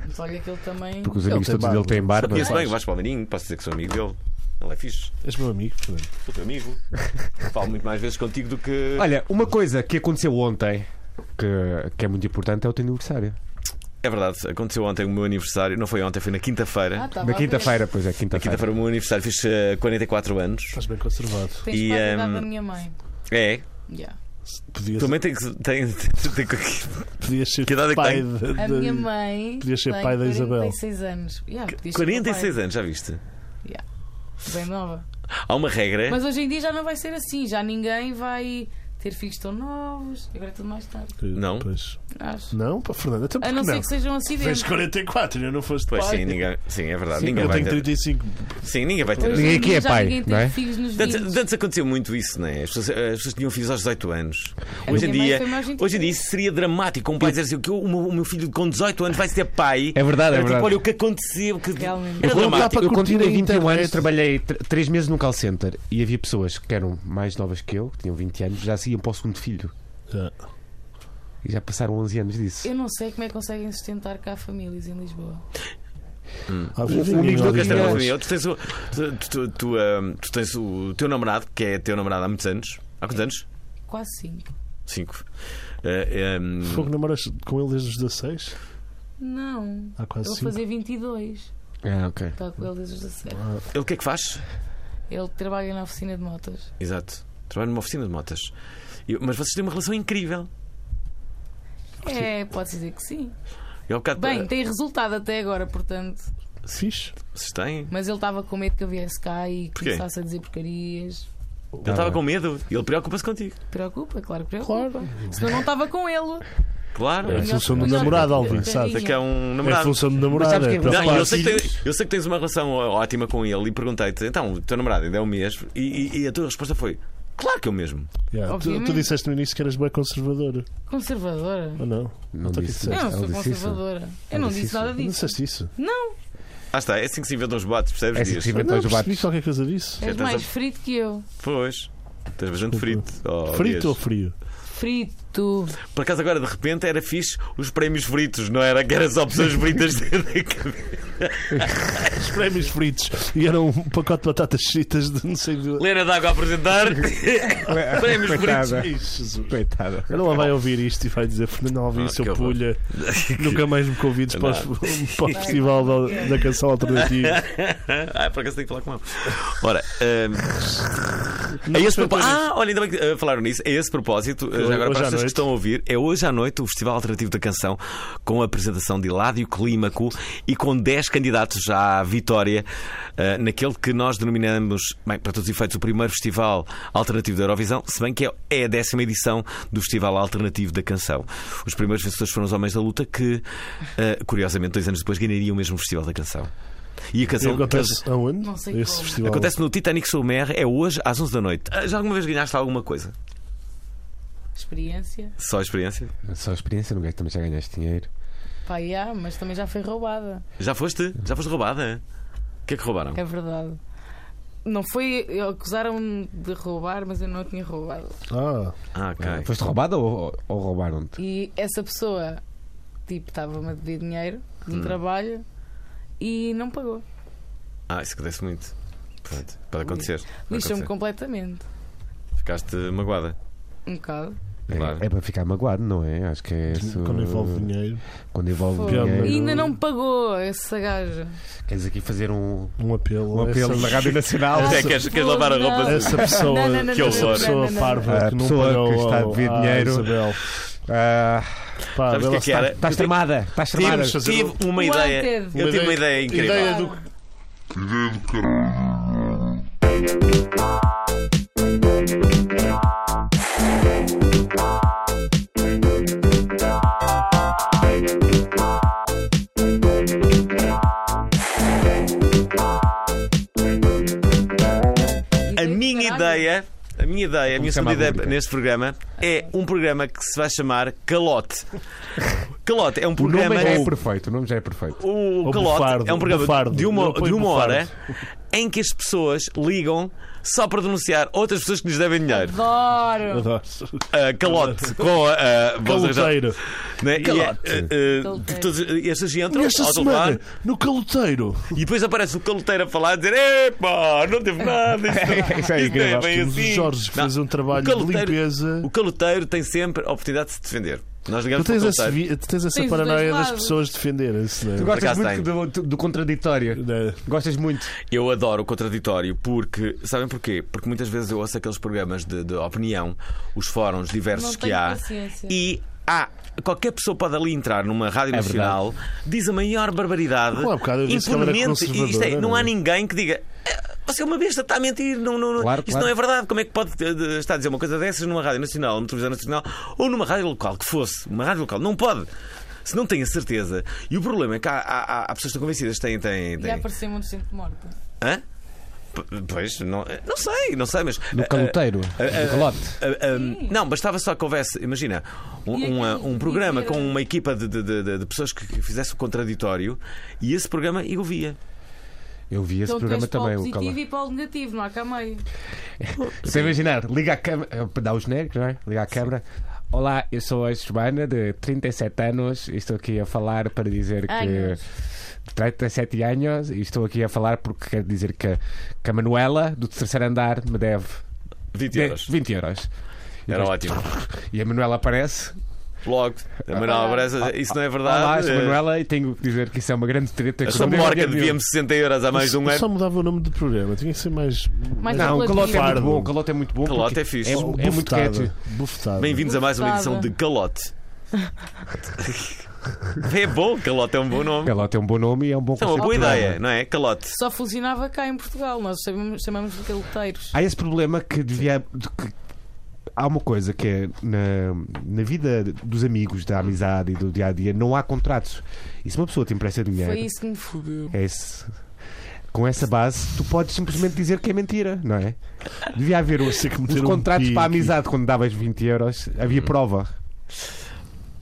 S4: Mas olha que ele também.
S2: Porque os
S3: Ele
S2: amigos
S3: tem
S2: todos dele
S3: barba.
S2: têm barba.
S1: Conheço bem o Vasco Palmeirinho, posso dizer que sou amigo dele. Ele é fixe,
S3: És meu amigo, Fernando.
S1: sou teu <laughs> amigo. Falo muito mais vezes contigo do que.
S2: Olha, uma coisa que aconteceu ontem, que, que é muito importante, é o teu aniversário.
S1: É verdade, aconteceu ontem o meu aniversário, não foi ontem, foi na
S4: Ah,
S1: quinta-feira.
S4: estava
S2: Na
S4: a ver.
S2: quinta-feira, pois é,
S1: Na
S2: quinta-feira.
S1: quinta-feira o meu aniversário, fiz eh, 44 anos.
S3: Estás bem conservado.
S4: Tens
S1: E,
S4: quase a idade
S1: hum,
S4: da minha mãe.
S1: É,
S4: Yeah.
S3: Podias,
S1: também tem que. Tem, <laughs> tem, tem-
S3: podias ser
S1: Que idade é que
S3: pai
S1: tem?
S3: de-
S4: A
S3: de-
S4: minha mãe.
S3: Podias ser
S4: tem
S3: pai da Isabel.
S4: 46 anos. Yeah, podias ser
S1: 46
S4: pai.
S1: anos, É? já viste?
S4: Yeah. bem nova.
S1: Há uma regra.
S4: Mas hoje em dia já não vai ser assim, já ninguém vai ter filhos tão novos, agora é tudo mais tarde,
S1: Não.
S3: Pois.
S4: acho.
S3: Não, pá, Fernando, até porque
S4: A
S3: não?
S4: não ser que seja um acidente.
S3: Tens 44 e eu não foste
S1: Pois
S3: pai.
S1: sim, ninguém. Sim, é verdade.
S2: Sim,
S1: ninguém
S3: Eu
S1: vai
S3: tenho
S1: ter.
S3: 35.
S1: Sim, ninguém vai ter.
S4: Hoje em
S2: Ninguém aqui
S4: dia
S2: é
S4: já
S2: pai,
S4: ninguém
S2: não é?
S4: tem filhos nos
S1: Antes,
S4: 20.
S1: antes aconteceu muito isso, né? As pessoas, as pessoas tinham filhos aos 18 anos.
S4: A
S1: Hoje em,
S4: minha mãe
S1: dia,
S4: foi mais gentil.
S1: hoje em dia isso seria dramático. Um pai dizer assim: o, que eu- o meu, o meu filho com 18 anos vai ser pai.
S2: É verdade, é
S1: Era tipo,
S2: verdade.
S1: olha o que aconteceu. Que...
S4: Realmente.
S1: Era
S2: Eu, quando-
S1: dramático.
S2: eu quando
S3: curtir
S2: tinha
S3: a
S2: 21
S3: internet.
S2: anos, trabalhei 3 meses num call center e havia pessoas que eram mais novas que eu, que tinham 20 anos, já se iam para o segundo filho.
S3: Já.
S2: E já passaram 11 anos disso.
S4: Eu não sei como é que conseguem sustentar cá famílias em Lisboa.
S3: Há
S2: O- o
S3: ninguém
S2: amigo
S3: odeia
S2: do
S1: Nunca estará
S2: Sim,
S1: com
S3: nós.
S1: ele. Tu tens, o, é tu, tu- tu, hum, tu tens o teu namorado, que é teu namorado há muitos anos. Há quantos anos?
S4: Quase cinco.
S1: Cinco. Eh, hum,
S3: Fogo namoras com ele desde os 16?
S4: Não.
S3: Há quase
S4: Vou
S3: 5.
S4: fazer 22.
S2: Ah, ok.
S4: Está com ele desde os 17.
S3: Ah,
S1: ele o que é que faz?
S4: Ele trabalha na oficina de motos.
S1: Exato. Trabalha numa oficina de motas. E- mas vocês têm uma relação incrível.
S4: É, pode dizer que sim.
S1: Eu, há bocado,
S4: Bem,
S1: eh,
S4: tem resultado até agora, portanto.
S3: Fixe.
S1: vocês têm?
S4: Mas ele estava com medo que eu viesse cá e
S1: Porquê?
S4: começasse a dizer porcarias.
S1: Ele estava com medo. Ele preocupa-se contigo.
S4: Preocupa, claro que preocupa. Senão não estava com ele.
S1: Claro.
S3: É a
S4: Melhor-
S3: função do
S4: melhor-
S3: namorado, Alvin,
S4: melhor
S3: sabe?
S1: Sei que é um
S3: É a
S1: namorado.
S3: função do
S2: Mas
S3: namorado.
S2: sabes
S3: É
S2: quem-
S3: para
S2: Não,
S1: Não,
S3: pá,
S1: eu, sei que tens, eu sei que tens uma relação ó- ótima com ele e perguntei-te, então, o teu namorado ainda é o mesmo? E, e- e a tua resposta foi, claro que é o mesmo.
S3: Yeah, tu,
S4: Obviamente.
S3: tu disseste no início que eras bem conservadora,
S4: Conservadora.
S3: ou não?
S2: Não
S3: Então,
S2: disse
S3: o que um- é
S4: Eu
S3: que
S4: não
S2: isso.
S4: sou
S2: Ele disse isso.
S4: conservadora. Eu não
S2: disse
S4: disse
S2: isso.
S4: nada
S3: Não
S4: disso.
S3: disseste isso?
S4: Não,
S1: Ah está, é assim que se inventam os debates, percebes?
S2: É assim que
S1: Dias?
S2: se inventam.
S3: Não,
S2: Então, os
S3: percebi
S2: bates.
S3: qualquer coisa disso.
S1: É,
S4: és
S1: estás
S4: mais
S1: a-
S4: frito que eu.
S1: Pois, estás bastante frito.
S3: Desculpa.
S1: ó,
S3: Frito ou
S1: Dias.
S3: frio?
S4: Frito.
S1: Por acaso agora, de repente, era fixe os prémios fritos, não era? Que eram só opções fritas. <laughs>
S3: Os prémios fritos. E era um pacote de batatas fritas de não sei de onde.
S1: Helena d'água a apresentar. <laughs>
S2: <laughs>
S1: Prémios
S2: Coitada.
S3: Ai, Jesus.
S2: Coitada.
S3: Ela vai ouvir isto e vai dizer Fernando Alvin,
S1: Ah,
S3: seu
S1: que horror.
S3: pulha, nunca mais me convides para, os- <laughs> para o festival da, da canção alternativa.
S1: <laughs> ah, por acaso tenho que falar com ele. Ora, hum, é esse
S3: foi
S1: propó-
S3: para
S1: Ah, olha, ainda bem que ah, falaram nisso. É esse propósito. ah, já agora,
S3: hoje
S1: para
S3: à
S1: as pessoas que
S3: noite.
S1: estão a ouvir, é hoje à noite o Festival Alternativo da Canção com a apresentação de Hiládio Clímaco e com 10 candidatos à vitória ah, naquele que nós denominamos, bem, para todos os efeitos, o primeiro Festival Alternativo da Eurovisão, se bem que é- é a décima edição do Festival Alternativo da Canção. Os primeiros vencedores foram os Homens da Luta que, ah, curiosamente, dois anos depois ganhariam o mesmo Festival da Canção. E a
S3: E
S1: canção
S3: acontece aonde?
S4: Não sei
S3: Esse
S4: como.
S3: festival.
S1: Acontece no Titanic Soumer, é hoje às 11 da noite. Ah, Já alguma vez ganhaste alguma coisa?
S4: Experiência.
S1: Só experiência?
S2: Só experiência, não gajo também já ganhaste dinheiro.
S4: Pá, yeah, mas também já foi roubada.
S1: Já foste? Já foste roubada? O que é que roubaram?
S4: É verdade. Não foi. Acusaram-me de roubar, mas eu não tinha roubado.
S3: Ah,
S1: Ah, ok.
S2: Ah, Foste roubada ou, ou- ou roubaram-te?
S4: E essa pessoa, tipo, estava-me a dever dinheiro de
S1: Hum.
S4: um trabalho e não pagou.
S1: Ah, isso acontece muito. Pronto, pode acontecer. Pode
S4: Lixou-me
S1: acontecer.
S4: completamente.
S1: Ficaste magoada.
S4: Um bocado.
S2: É-
S1: Claro.
S2: É, para ficar magoado, não é? Acho que é isso.
S3: quando envolve dinheiro,
S2: Quando envolve
S4: Foi.
S3: Pior
S2: dinheiro.
S4: E ainda não me pagou essa gaja.
S2: Queres aqui fazer um,
S3: um apelo.
S2: um apelo Ah,
S3: essa,
S2: na Rádio Nacional?
S4: é
S1: Até
S3: essa-
S1: Ah, queres, queres lavar a
S4: Não.
S1: roupa?
S3: Essa pessoa,
S4: Não, não, não,
S1: que
S4: não,
S1: horror.
S4: não,
S3: pessoa
S4: não, não, não.
S3: parva
S2: A
S3: que não
S2: pessoa
S3: pagou
S2: que está a
S3: ao-
S2: dever
S3: à
S2: dinheiro.
S3: Isabel.
S2: Ah,
S3: Pá,
S1: Sabes o que é
S3: ela
S1: que
S3: está-
S1: era?
S2: estás
S1: Eu te-
S2: tramada, estás tramada.
S1: Tive,
S3: fazer
S1: tive uma ideia.
S4: Wanted.
S1: Eu tive uma ideia incrível.
S3: Ideia do-
S1: A minha ideia. A minha ideia, a minha
S2: Vamos
S1: segunda
S2: chamar a
S1: ideia
S2: rubrica.
S1: neste programa é um programa que se vai chamar
S2: <laughs>
S1: Calote. Calote é um
S2: O nome
S1: programa.
S2: já é perfeito, o nome já é perfeito.
S1: O
S3: Ou
S1: Calote
S3: bufardo,
S1: é um programa
S3: bufardo.
S1: de uma,
S3: Eu ponho
S1: de uma
S3: bufardo.
S1: hora em que as pessoas ligam só para denunciar outras pessoas que lhes devem dinheiro.
S4: Adoro!
S3: Adoro.
S1: Ah, calote com a. ah, vou arranjar-
S3: Caloteiro.
S1: né? E,
S3: Calote.
S1: ah, ah,
S4: Caloteiro.
S1: todos- e as pessoas entram
S3: Nesta
S1: ao
S3: semana,
S1: telefone
S3: no caloteiro.
S1: e depois aparece o caloteiro a falar a dizer: Epá, não teve nada, isto,
S3: <laughs>
S1: não-
S2: Isso é
S1: isto não é
S2: incrível.
S1: bem
S3: Temos
S1: assim.
S3: o Jorge que
S1: Não,
S3: fez um trabalho
S1: o caloteiro-
S3: de limpeza.
S1: O caloteiro tem sempre a oportunidade de se defender. Nós
S3: Tu
S1: ligamos
S3: tens,
S1: para o
S3: esse
S1: caloteiro.
S3: vi- tu tens essa
S4: Tens os
S3: paranoia
S4: dois
S3: das
S4: lados.
S3: pessoas defenderem-se,
S2: Tu
S3: não é?
S2: gostas
S1: acaso
S2: muito do, do contraditório.
S3: Não.
S2: Gostas muito.
S1: Eu adoro o contraditório porque. Sabem porquê? Porque muitas vezes eu ouço aqueles programas de, de opinião, os fóruns diversos
S4: Não
S1: que
S4: tenho
S1: há.
S4: paciência.
S1: E há. Qualquer pessoa pode ali entrar numa rádio
S2: É
S1: nacional, diz a maior barbaridade,
S3: Há bocado eu disse que ela era
S1: impunemente. e isto é,
S3: conservadora,
S1: não há
S3: não é?
S1: ninguém que diga. "Ah, Você é uma besta, está a mentir. Não, não, não.
S2: Claro,
S1: Isso
S2: claro.
S1: não é verdade. Como é que pode eh, de- estar a dizer uma coisa dessas numa rádio nacional, numa televisão nacional ou numa rádio local que fosse? Uma rádio local. Não pode. Se não tem a certeza. E o problema é que há, há- há- há pessoas que estão convencidas que têm. têm,
S4: E
S1: têm.
S4: apareceu um docente morto.
S1: Hã? P- Pois, não, eh, não sei, não sei, mas.
S2: No
S1: eh,
S2: caloteiro,
S1: eh, eh,
S2: no calote.
S1: ah, ah, não, bastava só que houvesse, imagina, um,
S4: E
S1: um, ah,
S4: aqui,
S1: um programa
S4: e-
S1: com uma equipa de, de- de- de pessoas que, que fizesse o contraditório e esse programa eu via.
S2: Eu vi esse
S4: então
S2: programa
S4: tens
S2: também, é
S4: para o
S2: o
S4: positivo
S2: calote.
S4: e para o negativo, não há cá meio.
S2: Você imaginar, liga à câmara, dá os genéricos, não é? Liga à câmara. Olá, eu sou a Joana, de 37 anos, e estou aqui a falar para dizer
S4: Anos.
S2: que. de 37 anos, e estou aqui a falar porque quero dizer que, que a Manuela, do terceiro andar, me deve
S1: 20
S2: de-
S1: euros.
S2: 20 euros. E
S1: Era
S2: depois-
S1: ótimo.
S2: E a Manuela aparece.
S1: Logo, a Manuela
S2: Ah,
S1: Bressa, isso não é verdade.
S2: Olá, sou a
S1: eh,
S2: Manuela, e tenho que dizer que isso é uma grande treta.
S1: A
S2: que
S1: sua
S2: não deu
S1: morca
S2: dinheiro nenhum.
S1: devia-me 60 euros há mais de um
S3: eu
S1: ano.
S3: só mudava o nome do programa, tinha que ser mais.
S4: Mais
S2: Não, o calote é muito
S3: Fardo.
S2: bom, o calote é muito bom.
S1: Calote
S2: porque
S1: é fixe.
S2: É,
S3: Oh,
S2: é muito
S3: bufetada,
S2: quieto.
S3: Bufetada.
S1: Bem-vindos a mais uma edição de Calote. <laughs> é bom, Calote é um bom nome.
S2: Calote é um bom nome e é um bom
S1: É uma
S2: conceito
S1: boa
S2: de programa.
S1: ideia, não é? Calote.
S4: Só funcionava cá em Portugal, nós chamamos, chamamos de caloteiros.
S2: Há esse problema que devia. de que- há uma coisa que é na, na vida dos amigos, da amizade e do dia a dia, não há contratos. E se uma pessoa te empresta dinheiro,
S4: Foi isso que me fudeu.
S2: é esse- com essa base, tu podes simplesmente dizer que é mentira, não é? Devia haver os,
S3: Tem que
S2: os
S3: meter um
S2: contratos para a
S3: pique.
S2: amizade quando davas 20 euros, havia prova.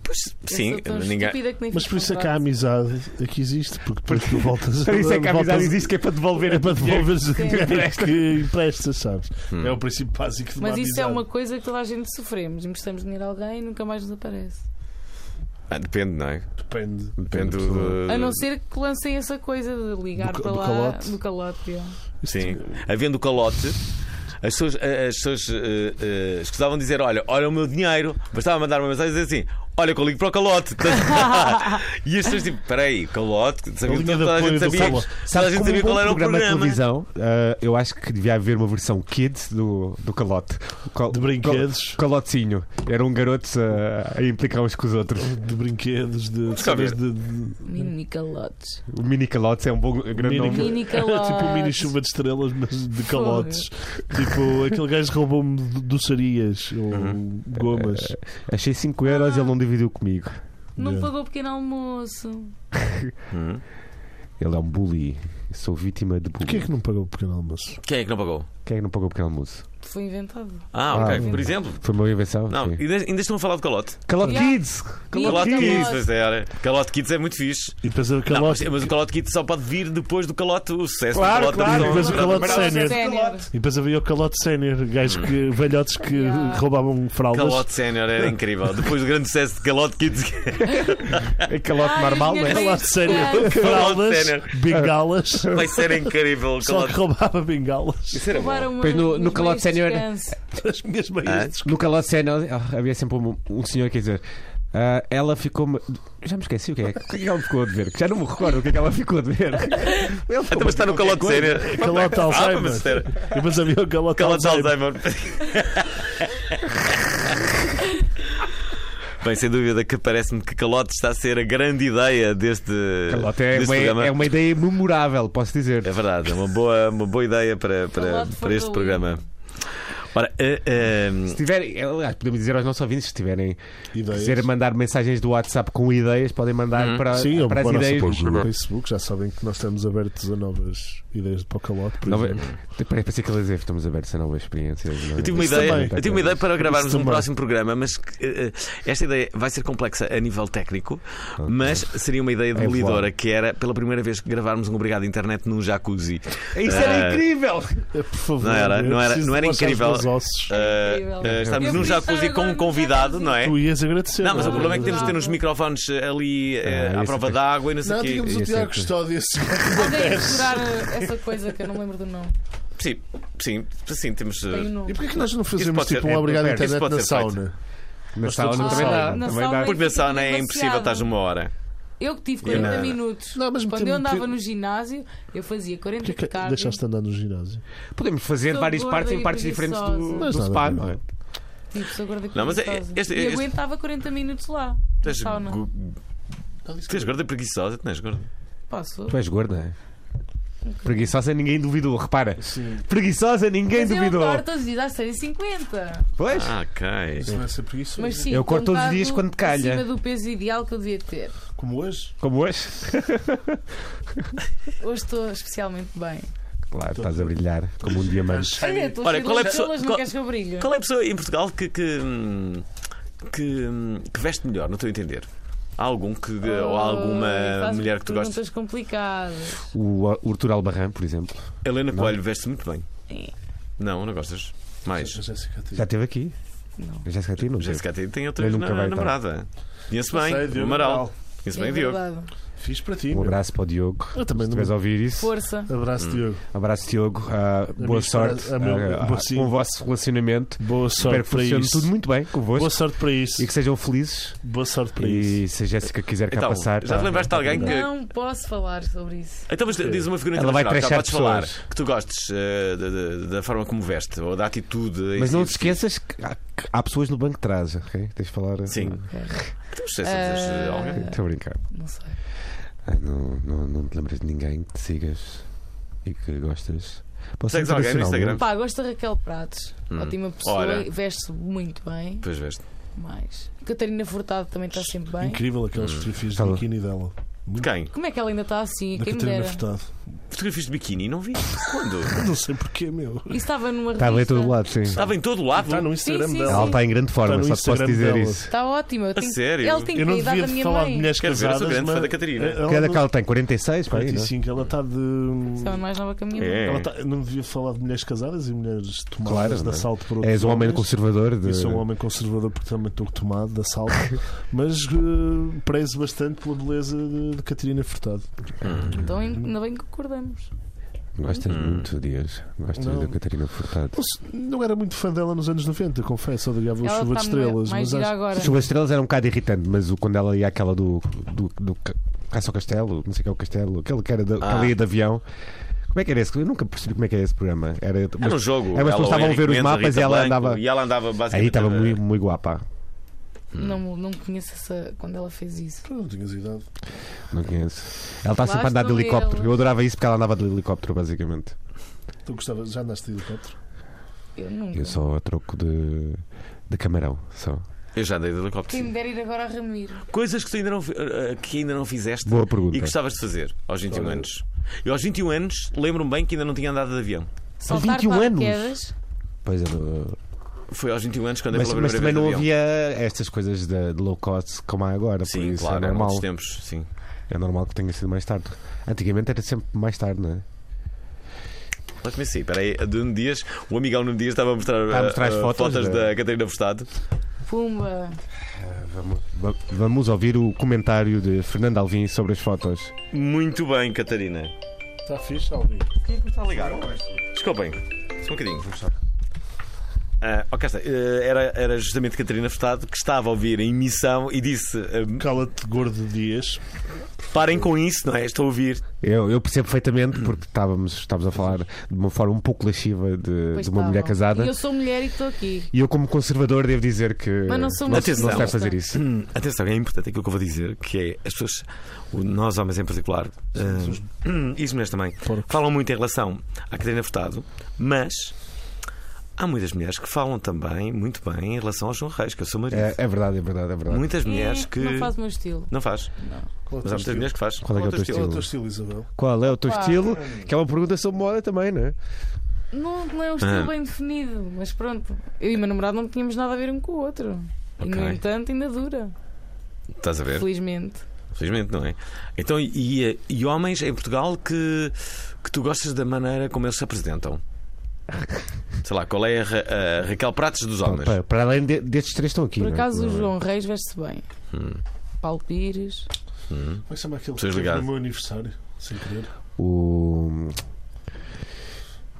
S1: Pois,
S2: É,
S4: Eu
S1: sim,
S4: sou tão
S1: ninguém.
S4: estúpida que nem
S3: Mas
S4: fiz
S3: por isso é que a
S4: contrato.
S3: amizade aqui existe, porque depois tu
S2: <laughs>
S3: voltas
S2: Por isso é que a amizade
S3: voltas-
S2: existe que é para devolver
S3: É para devolver o dinheiro
S2: Empresta.
S3: que emprestas, sabes?
S1: Hum.
S3: É o princípio básico de uma
S4: Mas isso é
S3: amizade.
S4: uma coisa que toda a gente sofremos. Emprestamos dinheiro a alguém e nunca mais nos aparece.
S1: Ah, Depende, não é?
S3: Depende.
S1: Depende
S3: da pessoa.
S1: do.
S2: Eh,
S4: A não ser que lancem essa coisa de ligar
S3: Do ca-
S4: para
S3: do
S4: lá
S3: calote.
S4: do calote. já.
S1: Sim. Havendo o calote, as pessoas, as pessoas eh, eh, escusavam dizer: Olha, olha o meu dinheiro. Bastava mandar uma mensagem e dizer assim: Olha, que eu ligo para o calote. <laughs> e as pessoas, tipo, peraí, calote? Sabiam,
S2: Então,
S3: linha de
S1: toda a
S3: apoio
S1: gente
S3: do
S1: sabia,
S3: calote.
S1: toda a gente
S2: como
S1: sabia
S2: um bom
S1: qual era o
S2: programa de
S1: programa.
S2: televisão, ah, eu acho que devia haver uma versão kids do, do calote. O cal-
S3: De brinquedos.
S2: o Calotezinho. Era um garoto ah, a implicar uns com os outros.
S3: <laughs> De brinquedos, de.
S1: Só ver.
S3: cenas de, de-
S4: Mini calotes.
S2: O mini calote é um bom grande
S3: Mini
S2: nome.
S3: Cal-
S4: Mini
S3: Era
S4: calotes.
S3: tipo um mini chuva de estrelas, mas de calotes. tipo, aquele gajo roubou-me do- doçarias ou
S1: Uhum. É,
S3: gomas.
S2: Ah, Achei 5 euros e ele não dividiu comigo.
S4: Não
S3: Yeah.
S4: pagou pequeno almoço.
S1: Hum.
S2: Ele é um bully. Eu Sou vítima de bullying.
S3: Porquê é que não pagou o pequeno almoço?
S1: Quem é que não pagou?
S2: Quem é que não pagou o pequeno almoço?
S4: Foi inventado.
S1: Ah, ok.
S2: Ah.
S1: Por exemplo.
S2: Foi uma invenção?
S1: Não,
S2: Sim.
S1: ainda, ainda estão a falar de calote.
S2: Calote
S4: Yeah.
S2: Kids!
S1: Calote
S4: Mini
S1: Kids, pois era. Calote Kids é muito fixe.
S3: E depois era o
S1: Não, mas,
S3: calote.
S1: mas o calote Kids só pode vir depois do calote, o sucesso
S2: Claro,
S1: do calote.
S2: claro,
S1: da
S3: mas o
S1: televisão.
S2: é
S3: calote
S4: Sénior.
S3: sénior.
S1: é-
S3: E depois havia o calote sénior, gajos que, velhotes que
S4: Yeah.
S3: roubavam fraldas.
S1: Uhum. Calote Sénior era incrível. Depois do grande sucesso de Calote Kids. <laughs>
S2: É calote
S4: Ai,
S2: normal, não
S4: minha
S2: é?
S4: mãe.
S3: Calote sénior,
S1: Calote
S3: fraldas,
S1: sénior.
S3: bengalas.
S1: Vai ser incrível.
S3: Só que
S1: Calote.
S3: roubava bengalas.
S1: Isso era bom.
S4: Roubaram
S2: Pois no- no
S4: umas
S2: calote
S4: meias de
S2: sénior-
S4: descanso.
S3: As minhas
S1: Ah.
S3: meias de
S2: No Calote Sénior ah, havia sempre um, um senhor que ia dizer. ah, ela ficou. Já me esqueci o que é. O que é que ela me ficou a dever? Que Já não me recordo o que é que ela ficou a
S1: <laughs>
S2: dever. Ela
S1: Até Então, mas está no Calote Sénior.
S3: Calote
S1: Ah, mas
S3: Alzheimer.
S1: sério.
S3: E depois havia o calote,
S1: Calote
S3: Alzheimer.
S1: Alzheimer. Bem, sem dúvida que parece-me que Calote está a ser a grande ideia deste,
S2: Calote é,
S1: deste
S2: uma,
S1: programa.
S2: é uma ideia memorável, posso dizer.
S1: É verdade, é uma boa, uma boa ideia para, para,
S4: Calote
S1: para este
S4: Fortaleza.
S1: programa. Ora, eh, ehm,
S2: Se tiverem, aliás, podemos dizer aos nossos ouvintes, se tiverem
S3: Ideias.
S2: quiser mandar mensagens do WhatsApp com ideias, podem mandar
S1: Uhum. Ah,
S2: para,
S3: Sim, ou
S2: para as
S3: para a nossa
S2: ideias.
S3: página no Facebook, já sabem que nós estamos abertos a novas ideias de Pocalote, por
S2: Nova...
S3: exemplo.
S2: Parece que eles dizem, estamos abertos a novas experiências. não é?
S1: Eu tive, uma
S3: Isso
S1: ideia,
S3: também.
S1: eu tive uma ideia para gravarmos
S3: Isso
S1: um
S3: também.
S1: próximo programa, mas que, eh, eh, esta ideia vai ser complexa a nível técnico, mas seria uma
S3: É
S1: ideia demolidora, que era pela primeira vez que gravarmos um Obrigado Internet num jacuzzi.
S2: Isso era
S1: Ah,
S2: incrível!
S3: É, Por favor,
S1: Não era-
S3: eu
S1: não era-
S3: preciso
S1: não era
S3: de baixar os
S1: incrível.
S3: meus ossos.
S1: Ah, ah, estamos
S4: Eu
S1: num
S4: preciso
S1: jacuzzi
S4: agora
S1: com um
S4: num
S1: convidado,
S4: jacuzzi.
S1: não é?
S3: Tu ias agradecer.
S1: Não, mas o problema é que temos de ter
S4: Não.
S1: uns microfones ali eh,
S2: Ah,
S1: à
S2: isso
S1: prova
S3: tipo.
S2: é-
S1: d'água e não sei
S3: Não,
S1: o quê.
S3: tínhamos o
S2: Isso é
S3: Tiago
S2: que-
S3: Custódio assim.
S1: <laughs>
S4: Alguém
S2: É.
S4: procurar eh, essa coisa que eu não lembro do nome.
S1: Sim,
S3: tipo.
S1: sim, sim, temos. eh,
S4: Tem o nome.
S3: E porquê que nós não fazemos
S1: pode ser-
S3: tipo
S1: é,
S3: um obrigado
S1: isso
S3: internet
S1: pode
S3: na
S1: ser
S3: sauna?
S2: Na
S3: Mas
S2: sauna
S3: todos
S2: também
S3: na
S2: dá.
S3: sauna.
S4: Na
S2: também
S4: sauna
S2: dá.
S1: Porque na sauna é
S4: Demasiado.
S1: impossível, estás numa hora.
S4: Eu que tive
S1: Eu
S4: 40
S1: não.
S4: minutos.
S3: Não, mas
S4: Quando
S3: metemos-
S4: eu andava no ginásio, eu fazia 40
S3: Porquê que
S4: de cardio.
S3: deixaste de andar no ginásio?
S2: Podemos fazer
S4: Sou
S2: várias
S4: gorda
S2: partes em
S4: e
S2: partes diferentes do,
S4: preguiçosa.
S2: do
S3: Mas nada
S2: spa,
S3: a ver.
S2: não é?
S4: Tipo, sou gorda e
S1: Não, mas é-
S4: preguiçosa.
S1: este-
S4: E
S1: este-
S4: aguentava 40 minutos lá. Na
S1: Tens,
S4: sauna.
S1: gu- tens gorda preguiçosa, tens gorda.
S4: Pá, sou.
S2: Tu és gorda, é? Preguiçosa ninguém duvidou, repara.
S3: Sim.
S2: Preguiçosa ninguém
S4: Mas eu
S2: duvidou.
S4: adoro todos os dias às 6h50.
S2: Pois?
S1: Ah, ok.
S3: Isso não é ser preguiçoso.
S4: Mas sim,
S2: Eu corto todos os
S4: colocado
S2: dias quando calha.
S4: Acima do peso ideal que eu devia ter.
S3: Como hoje?
S2: Como hoje?
S4: Hoje estou especialmente bem.
S2: Claro, estás a brilhar como um diamante.
S4: Olha, estou
S1: Ora,
S4: a
S1: qual é a
S4: fazer
S1: pessoa-
S4: estrelas, não
S1: qual-
S4: queres que eu brilhe?
S1: Qual é a pessoa em Portugal que, que, hum, que, hum, que veste melhor, não estou a entender? Há algum que. ou há
S4: Oi,
S1: alguma
S4: Ah, faz
S1: mulher que tu gostes?
S4: Perguntas complicadas.
S2: O o Arthur Albarran, por exemplo,
S1: Helena
S2: Não.
S1: Coelho veste muito bem.
S4: É,
S1: Não, não gostas? Mais.
S3: A Jéssica tipo, Teixeira.
S2: já esteve aqui.
S4: Não.
S2: A Jéssica Tino, não sei.
S1: Jéssica tem, tem outra
S2: Eu nunca vai
S1: na,
S2: estar.
S1: namorada. Conheço
S3: Eu sei,
S1: bem, o
S3: Diogo
S1: Amaral.
S3: Amaral.
S1: Conheço
S4: é
S1: bem, Diogo.
S4: verdade.
S3: Fiz para ti.
S2: Um
S3: meu.
S2: abraço para o Diogo.
S3: Eu também
S2: Se
S3: não.
S2: estiveres a ouvir isso,
S4: Força.
S3: Abraço, Diogo.
S2: abraço Diogo. Ah, boa
S3: Amigos,
S2: sorte
S3: a meu-
S2: ah, ah,
S3: boa sim.
S2: com o vosso relacionamento.
S3: Boa
S2: Espero
S3: sorte
S2: que
S3: para
S2: funcione
S3: isso.
S2: tudo muito bem convosco
S3: Boa sorte para isso.
S2: e que sejam felizes.
S3: Boa sorte para isso.
S2: E se a Jéssica quiser cá
S1: Então,
S2: passar, ah,
S1: já te
S2: pá,
S1: lembraste de alguém que.
S4: Não posso falar sobre isso.
S1: Então, mas diz uma figura
S2: Ela vai
S1: internacional que já
S2: trashar
S1: podes falar
S2: pessoas.
S1: que tu gostes eh, da, da- da forma como veste ou da atitude.
S2: Mas não te
S1: Isso-
S2: esqueças que há, que há pessoas no banco de trás, ok? Tens de falar. ah,
S1: Sim. Tu esqueces de
S4: Eh,
S1: alguém?
S2: Estou a brincar.
S4: Não sei.
S2: Ah, não, não, não te lembras de ninguém que te sigas e que gostas. Posso é?
S1: Segues alguém no Instagram?
S4: Pá, gosto da Raquel Pratos.
S1: Hum.
S4: Ótima pessoa.
S1: Ora.
S4: Veste-se muito bem.
S1: Hum, Pois veste.
S4: Mais. Catarina Furtado também está sempre bem.
S3: Incrível aquelas fotografias de
S2: Hum, Fala.
S3: biquíni dela.
S1: De quem?
S4: Como é que ela ainda está assim?
S3: Da
S4: Quem me dera?
S3: Catarina
S4: Isso
S3: Furtado.
S1: Fotografias de biquíni, não vi. Quando?
S2: <laughs>
S3: <laughs> Não sei porquê, meu.
S4: estava numa
S2: Está Tá a ler
S4: revista.
S2: todo lado, sim.
S1: Estava em todo
S4: Ah,
S1: lado.
S4: tá
S3: Está no Instagram
S4: sim,
S3: dela.
S2: Ela está em grande forma,
S3: Está
S2: só
S3: no
S2: te posso
S3: Instagram
S2: dizer
S3: dela.
S2: isso.
S4: Está ótima. Eu
S1: A sério?
S4: Ela tem
S3: Eu não
S4: a idade
S3: devia
S4: da minha
S3: falar de
S4: mãe.
S3: mulheres
S1: Quero ver, eu sou
S3: casadas.
S1: grande fã
S3: mas
S1: da Catarina.
S3: ela
S2: Que é
S3: não-
S2: daquela que tem 46, para aí, não? é?
S3: 45, ela está de.
S4: Estava mais nova que a minha mãe.
S1: É.
S3: Ela tá- não devia falar de mulheres casadas e mulheres tomadas
S2: Claro,
S3: de
S2: não é?
S3: assalto por outros
S2: És um homem
S3: homens.
S2: conservador. De...
S3: Eu sou um homem conservador porque também estou tomado de
S2: <laughs>
S3: assalto, mas eh, prezo bastante pela beleza de, de Catarina Furtado.
S4: Então ainda bem que concordamos.
S2: Gostas
S1: Hum.
S2: muito, Dias. Gostas
S3: Não.
S2: da Catarina Furtado.
S3: Não se- Não era muito fã dela nos anos 90, confesso, odiava o
S4: Ela
S3: Chuva de
S4: está
S3: Estrelas,
S4: mais
S3: mas
S4: gira
S3: acho
S4: agora.
S2: Chuva de Estrelas era um bocado irritante, mas o, quando ela ia àquela do, do, do Ca- Caça ao Castelo, não sei o que é o Castelo, aquele que era da,
S1: Ah.
S2: que ela ia de avião. Como é que era esse? Eu nunca percebi como é que era esse programa. Era,
S1: Era um
S2: mas,
S1: jogo.
S2: É,
S1: Ela,
S2: mas
S1: o
S2: começavam a ver
S1: Henrique
S2: os
S1: Mendes, a
S2: mapas e
S1: Rita
S2: ela
S1: Blanco,
S2: andava-
S1: E ela andava basicamente.
S2: aí estava
S1: a-
S2: muito, muito guapa.
S4: Não, não conheço essa quando ela fez isso.
S3: que não tinhas idade.
S2: Não conheço. Ela está sempre a andar de
S4: estou
S2: helicóptero.
S4: eu.
S2: Eu adorava isso porque ela andava de helicóptero, basicamente.
S3: Tu gostava, já andaste de helicóptero?
S4: Eu nunca.
S2: Eu só a troco de, de camarão. Só.
S1: Eu já andei de
S4: Quem me
S1: helicóptero.
S4: der ir agora a Ramiro.
S1: Coisas que tu ainda não, fi- eh, que ainda não fizeste
S2: Boa pergunta.
S1: e gostavas de fazer aos 21
S3: Olha.
S1: anos. Eu aos 21 anos lembro-me bem que ainda não tinha andado de avião.
S4: Saltar
S2: 21 anos.
S4: paraquedas.
S2: Pois é, do-
S1: Foi aos 21 anos quando andei
S2: mas,
S1: pela
S2: mas
S1: primeira
S2: também
S1: vez de
S2: não
S1: avião.
S2: havia estas coisas de, de low cost como há agora. por
S1: Sim,
S2: isso
S1: claro, um
S2: é
S1: eram
S2: normal.
S1: outros tempos. Sim.
S2: É normal que tenha sido mais tarde. Antigamente era sempre mais tarde, não é?
S1: Lá comecei. Espera aí, a Nuno Dias, o amigão Nuno Dias estava a mostrar,
S2: Está a mostrar
S1: eh,
S2: as
S1: eh,
S2: fotos da-
S1: da... Catarina Furtado.
S4: Pumba.
S2: Vamos, va- vamos ouvir o comentário de Fernando Alvim sobre as fotos.
S1: Muito bem, Catarina.
S3: Está Tá fixe, Alvin?
S1: Quem é que me está a ligar? Desculpem, só um bocadinho. Ah, ok, está. Eh, era, era justamente Catarina Furtado que estava a ouvir a emissão e disse: ah,
S3: Cala-te, gordo Dias.
S1: parem com isso, não é? Estou a ouvir. <clears throat>
S2: Eu, eu percebo perfeitamente, porque estávamos, estávamos a falar de uma forma um pouco lasciva de,
S4: Pois
S2: de uma mulher
S4: estavam.
S2: casada.
S4: E eu sou mulher e estou aqui.
S2: E eu, como conservador, devo dizer que
S4: Mas não sou
S2: não,
S4: uma
S2: se- não se deve
S4: feminista.
S2: fazer isso.
S1: Hum, Atenção, é importante aquilo que eu vou dizer, que é as pessoas, o- nós homens em particular, ah, hum, <clears throat> e as mulheres também,
S3: Porcos.
S1: falam muito em relação à Catarina Furtado, mas há muitas mulheres que falam também muito bem em relação ao João Reis, que eu sou marido.
S2: É, é verdade, é verdade, é verdade.
S1: Muitas mulheres
S4: É,
S1: que.
S4: Não faz o meu estilo.
S1: Não faz.
S3: Qual é o
S1: Mas há
S3: teu estilo?
S1: muitas mulheres que faz.
S2: Qual é que é o teu
S3: Qual é o
S2: estilo?
S3: teu estilo, Isabel?
S2: Qual é o teu
S4: Opa.
S2: estilo? Que é uma pergunta sobre moda também, não é?
S4: Não, não é um estilo
S1: Ah.
S4: bem definido, mas pronto. Eu e o meu namorado não tínhamos nada a ver um com o outro. E no
S1: Ok.
S4: entanto ainda dura,
S1: Estás a ver?
S4: felizmente.
S1: Felizmente, não é? Então, e, eh, e homens em Portugal que, que tu gostas da maneira como eles
S3: <laughs>
S1: se apresentam? Sei lá, qual é a, Ra- a Raquel Pratos dos homens?
S2: Para, para além de- destes três estão aqui. não
S4: Por
S2: é?
S4: acaso o
S2: Não é?
S4: João Reis veste-se bem.
S1: Hum,
S4: Paulo Pires.
S1: hum.
S3: Vai chamar aquele que
S1: Precisas
S3: teve
S1: ligar.
S3: no meu aniversário, sem querer.
S2: O.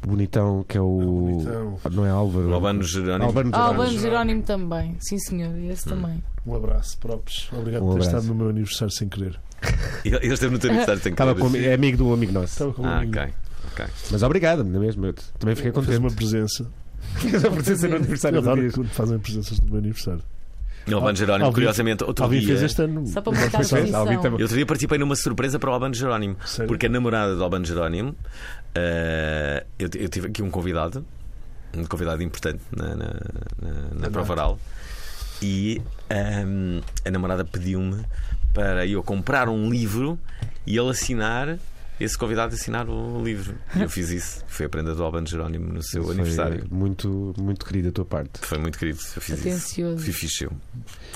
S2: o Bonitão, que é o.
S3: Bonitão.
S2: Não é Álvaro?
S1: O Albano Jerónimo.
S2: Albano
S4: Ah,
S2: Jerónimo.
S4: Albano Jerónimo também. Sim, senhor, e
S1: Hum.
S4: esse também.
S3: Um abraço, próprios. Obrigado
S2: Um
S3: por ter
S2: abraço.
S3: estado no meu aniversário sem querer.
S1: <laughs> Ele ele esteve no teu aniversário, tem que
S2: Estava
S1: dizer.
S2: com- é amigo do amigo nosso.
S3: Estava com
S1: Ah,
S3: um amigo.
S1: ok.
S2: Mas obrigado, não é mesmo? Eu também fiquei
S3: Fez
S2: <laughs> contente.
S3: uma presença.
S2: Fez a presença no
S3: Eu
S2: aniversário do
S3: adoro
S2: Dias.
S3: quando fazem presenças do meu aniversário.
S1: O Albano Jerónimo,
S3: Alvin-
S1: curiosamente, outro
S3: Alvin
S1: dia.
S3: fez este ano.
S4: Só para marcar a
S3: Sim,
S2: Pois, Alvin
S4: posição.
S2: também.
S1: Eu outro dia participei numa surpresa para o Albano Jerónimo.
S3: Sério?
S2: é
S1: Porque a namorada do Albano Jerónimo, eh, eu, eu tive aqui um convidado, um convidado importante na, na, na- na prova oral, e ahm, a namorada pediu-me para eu comprar um livro e ele assinar. Esse convidado assinar o livro. E eu fiz isso. Foi a prenda do Albano Jerónimo no seu
S2: Foi eh,
S1: aniversário.
S2: Muito, muito querido a tua parte.
S1: Foi muito querido. Eu fiz isso.
S4: Atencioso.
S1: Fui fixe eu.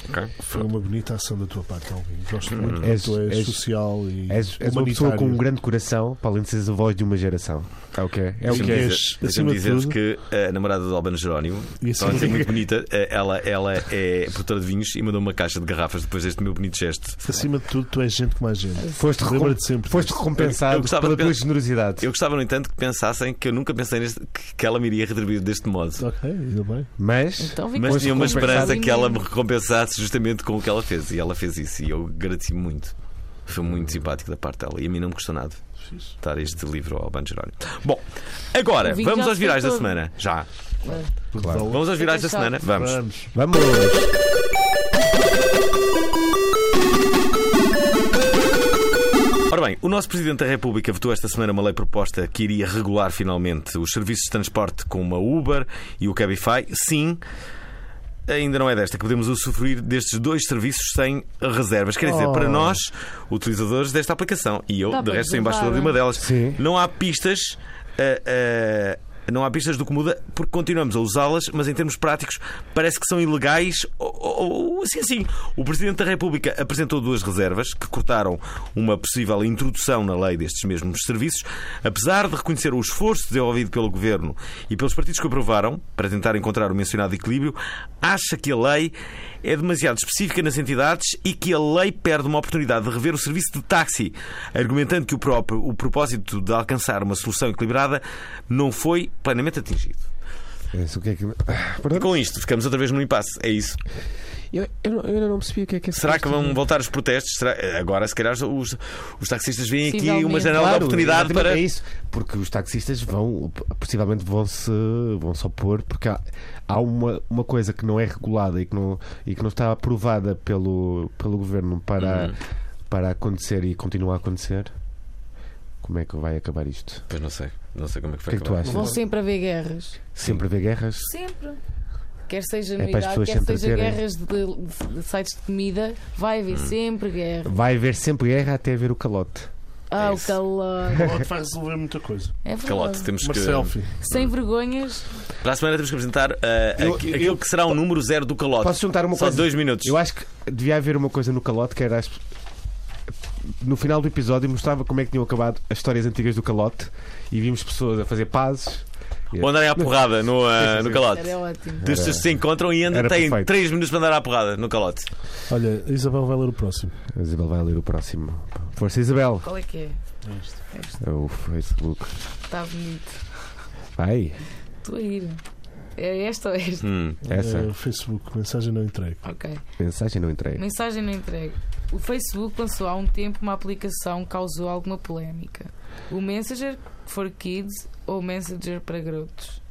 S1: Ok?
S3: Foi uma bonita ação da tua parte, Alvin. Gosto muito.
S2: Uhum. És-
S3: tu és,
S2: és-
S3: social e.
S2: És, és uma pessoa
S3: humanitário.
S2: com um grande coração, para além de seres a voz de uma geração. É o que é. É o que
S1: Deixa-me
S2: é.
S3: Sim.
S1: dizer-
S3: Acima
S1: Deixa-me
S3: de
S1: dizer-vos
S3: tudo-
S1: que a namorada do Albano Jerónimo,
S3: E acima
S1: Estão a
S2: Tá,
S3: de
S1: ser muito bonita. Eh, Ela, ela é produtora de vinhos e mandou uma caixa de garrafas depois deste meu bonito gesto.
S3: Acima de tudo, tu és gente como a gente.
S2: Foste, recom...
S3: Lembra-te sempre.
S2: Foste
S1: Eu- eu
S2: recompensado
S1: gostava
S2: pela
S1: de
S2: tua
S1: pensar-
S2: generosidade.
S1: Eu gostava, no entanto, que pensassem que eu nunca pensei neste- que- que ela me iria retribuir deste modo.
S3: Ok, ainda bem.
S2: Mas
S4: Então vim
S1: Mas
S4: com-
S1: tinha uma
S4: com-
S1: esperança
S4: com-
S1: que ela me recompensasse justamente com o que ela fez. E ela fez isso. E eu agradeci muito. Foi muito simpático da parte dela. E a mim não me custou nada dar este livro ao Banjeroni. Bom, agora,
S4: O vinho
S1: vamos
S4: já
S1: aos
S4: se
S1: virais da
S4: fez todo.
S1: semana. Já.
S2: Claro.
S1: Vamos aos virais da
S4: Deixa
S1: semana.
S4: eu
S1: Vamos.
S3: Vamos.
S2: vamos.
S1: Ora bem, o nosso Presidente da República votou esta semana uma lei proposta que iria regular finalmente os serviços de transporte como a Uber e o Cabify. Sim, ainda não é desta que podemos usufruir destes dois serviços sem reservas. Quer dizer,
S3: Oh.
S1: para nós, utilizadores desta aplicação, e eu,
S4: Dá
S1: de
S4: para
S1: resto, sou
S4: reservar,
S1: embaixador de uma
S4: é?
S1: delas,
S2: Sim.
S1: não há pistas. ah, ah, não há pistas do que muda porque continuamos a usá-las, mas em termos práticos parece que são ilegais ou, ou- ou assim assim. O Presidente da República apresentou duas reservas que cortaram uma possível introdução na lei destes mesmos serviços, apesar de reconhecer o esforço desenvolvido pelo Governo e pelos partidos que aprovaram para tentar encontrar o mencionado equilíbrio, acha que a lei é demasiado específica nas entidades e que a lei perde uma oportunidade de rever o serviço de táxi, argumentando que o próprio o propósito de alcançar uma solução equilibrada não foi plenamente atingido.
S2: Isso, o que é que- Ah,
S1: E
S2: perdão.
S1: com isto, ficamos outra vez no impasse. É isso.
S2: Eu, eu não- eu ainda não percebi o que é que é.
S1: Será que vão voltar os protestos? Será- Agora, se calhar, os, os taxistas veem aqui
S4: Possivelmente.
S1: uma janela de
S2: Claro,
S1: oportunidade
S2: exatamente,
S1: para.
S2: É isso, porque os taxistas vão, possivelmente vão-se vão -se opor, porque há, há uma, uma coisa que não é regulada e que não, e que não está aprovada pelo, pelo governo
S1: Uhum. Hum,
S2: para, para acontecer e continua a acontecer. Como é que vai acabar isto?
S1: Pois não sei. Não sei como é que
S2: O
S1: vai
S2: que é que tu
S1: acabar.
S2: achas?
S4: Vão sempre haver guerras.
S2: Sempre haver guerras?
S4: Sempre. Quer seja no
S2: É para as
S4: Iraque,
S2: pessoas
S4: quer
S2: se
S4: seja
S2: entreterem.
S4: guerras de, de- de sites de comida, vai haver
S1: Hum.
S4: sempre guerra.
S2: Vai haver sempre guerra até haver o calote.
S4: Ah,
S1: É
S4: o
S1: isso. <laughs>
S4: calor.
S3: Vai resolver muita coisa.
S4: É verdade.
S1: Calote, temos
S3: Uma
S1: que.
S3: selfie.
S4: Sem vergonhas,
S1: Para a semana temos que apresentar ah,
S2: Eu-
S1: aqu-
S2: eu-
S1: aquilo que será o número zero do calote.
S2: Posso juntar uma
S1: Só
S2: coisa?
S1: dois minutos.
S2: Eu acho que devia haver uma coisa no calote que era as... no final do episódio mostrava como é que tinham acabado as histórias antigas do calote e vimos pessoas a fazer pazes.
S1: Ou andarem à porrada no, ah,
S2: Sim, sim,
S1: no
S2: sim.
S1: calote.
S4: era ótimo.
S1: As pessoas se encontram e ainda
S2: Era
S1: têm
S2: perfeito.
S1: 3 minutos para andar à porrada no calote.
S3: Olha, a Isabel vai ler o próximo.
S2: A Isabel vai ler o próximo. Força Isabel!
S4: Qual é que é?
S2: É O Facebook.
S4: Está bonito.
S2: Vai!
S4: Estou a ir. É esta ou esta?
S1: Hum.
S2: Essa.
S3: Eh, Facebook, mensagem não entregue.
S4: Ok.
S2: Mensagem não entregue.
S4: Mensagem não entregue. O Facebook lançou há um tempo uma aplicação que causou alguma polémica. O Messenger for Kids ou Messenger para garotos.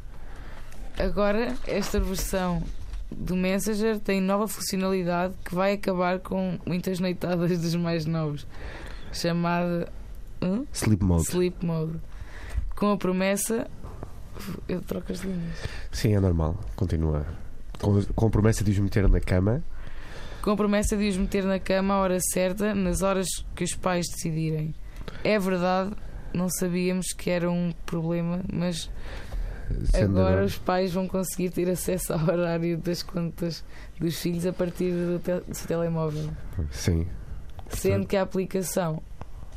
S4: Agora, esta versão do Messenger tem nova funcionalidade que vai acabar com muitas noitadas dos mais novos, chamada hum?
S2: Sleep mode.
S4: Sleep Mode. Com a promessa. Eu troco as linhas.
S2: Sim, é normal. Continua. Com, com a promessa de os meter na cama.
S4: Com a promessa de os meter na cama à hora certa, nas horas que os pais decidirem. É verdade, não sabíamos que era um problema, mas
S2: sendo
S4: agora os pais vão conseguir ter acesso ao horário das contas dos filhos a partir do, tel- do seu telemóvel.
S2: Sim.
S4: Sendo que a aplicação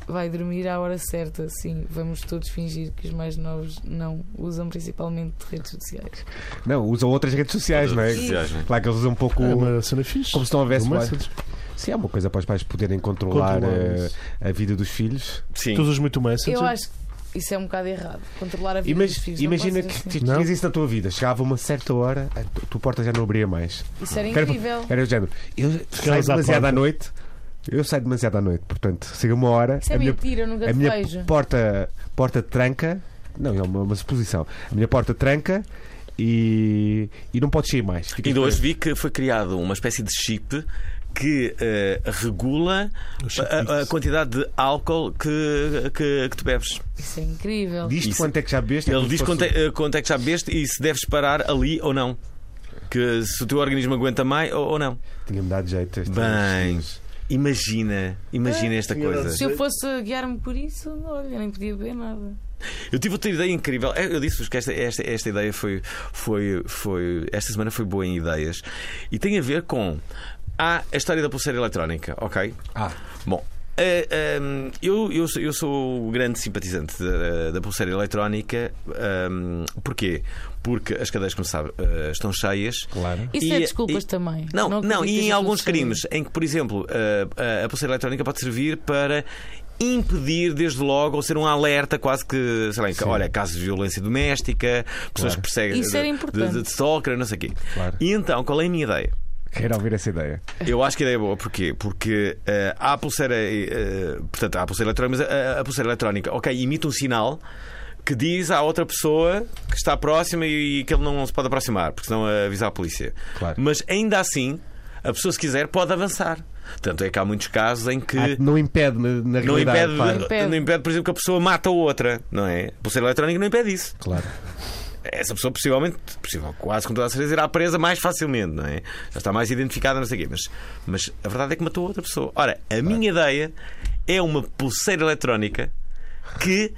S4: vai dormir à hora certa, sim. Vamos todos fingir que os mais novos não usam principalmente redes sociais.
S2: Não, usam outras redes sociais, não é?
S1: Redes sociais, né?
S2: Claro que eles usam um pouco.
S3: É uma cena fixe.
S2: Como se não houvesse
S3: Um
S2: mais.
S3: message.
S2: Sim, é uma coisa para os pais poderem controlar,
S3: Controlar
S2: eh,
S3: isso.
S2: a, vida dos filhos.
S1: Sim.
S3: Tu usas muito o Messenger?
S4: Eu acho que isso é um bocado errado. Controlar a vida
S2: Imag-
S4: dos filhos. não
S2: imagina
S4: pode
S2: que
S4: ser
S2: tu
S4: assim.
S3: Não?
S2: tinhas isso na tua vida. Chegava uma certa hora, a tu- tua porta já não abria mais.
S4: Isso era
S2: Quero-
S4: É incrível.
S2: Era o género. Eu saio
S3: à
S2: demasiado
S3: porta.
S2: à noite. Eu saio demasiado à noite, portanto, chega uma hora,
S4: Isso é
S2: a minha,
S4: mentira, eu nunca
S2: a
S4: te
S2: minha
S4: vejo.
S2: porta, porta tranca. Não, é uma, uma suposição. A minha porta tranca e, e não podes sair mais. Ficas
S1: Ainda hoje
S2: preso.
S1: vi que foi criado uma espécie de chip que eh, regula
S3: O chip
S1: a- a, a
S3: Fix.
S1: quantidade de álcool que, que, que tu bebes.
S4: Isso é incrível.
S2: Diz-te
S1: Isso.
S2: quanto é que já bebeste? é
S1: Ele
S2: como
S1: diz
S2: se
S1: quanto
S2: fosse-
S1: é, eh, quanto é que já bebeste e se deves parar ali ou não. Que se o teu organismo aguenta mais ou, ou não.
S2: Tinha-me dado jeito. este-
S1: é- Bem.
S2: estes-
S1: Imagina,
S4: Ah,
S1: imagina esta
S3: tinha dado
S1: coisa.
S4: Se eu fosse guiar-me por isso, olha, nem podia beber nada.
S1: Eu tive outra ideia incrível. É, Eu eu disse-vos que esta, esta, esta ideia foi, foi, foi. Esta semana foi boa em ideias. E tem a ver com. Há a história da pulseira eletrónica, ok?
S2: Ah,
S1: Bom. eh, ehm, eu, eu, sou- eu sou grande simpatizante da, da pulseira eletrónica. ehm, porquê? Porque as cadeias, como sabe, eh, estão cheias.
S2: claro.
S4: Isso
S1: E-
S4: é desculpas
S1: e-
S4: também.
S1: Não, não,
S4: acreditas
S1: e em
S4: que
S1: alguns
S4: tudo seja.
S1: crimes, em que, por exemplo, a, a- a pulseira eletrónica pode servir para impedir desde logo ou ser um alerta quase que, sei lá, em ca-
S2: Sim.
S1: olha, casos de violência doméstica, pessoas que perseguem
S4: Isso era
S1: de-
S4: importante.
S1: de, de stalker, não sei o quê.
S2: Claro.
S1: E então, qual é a minha ideia?
S2: Quero ouvir essa ideia.
S1: Eu acho que a ideia é boa, porquê? Porque eh, há a pulseira, eh, portanto, há a pulseira eletrónica, mas a, a pulseira eletrónica, ok, imita um sinal que diz à outra pessoa que está próxima e, que ele não se pode aproximar, porque senão avisa a polícia.
S2: Claro.
S1: Mas ainda assim, a pessoa, se quiser, pode avançar. Tanto é que há muitos casos em que.
S2: Ah, não impede, na, na
S1: Não
S2: realidade.
S1: impede,
S2: claro.
S4: Impede.
S1: não impede, por exemplo, que a pessoa mata a outra, não é? A pulseira eletrónica não impede isso
S2: Claro.
S1: essa pessoa possivelmente, possível, quase com toda a certeza, irá presa mais facilmente, não é? Já está mais identificada, não sei o quê. Mas, mas a verdade é que matou outra pessoa. Ora, a minha ideia é uma pulseira eletrónica que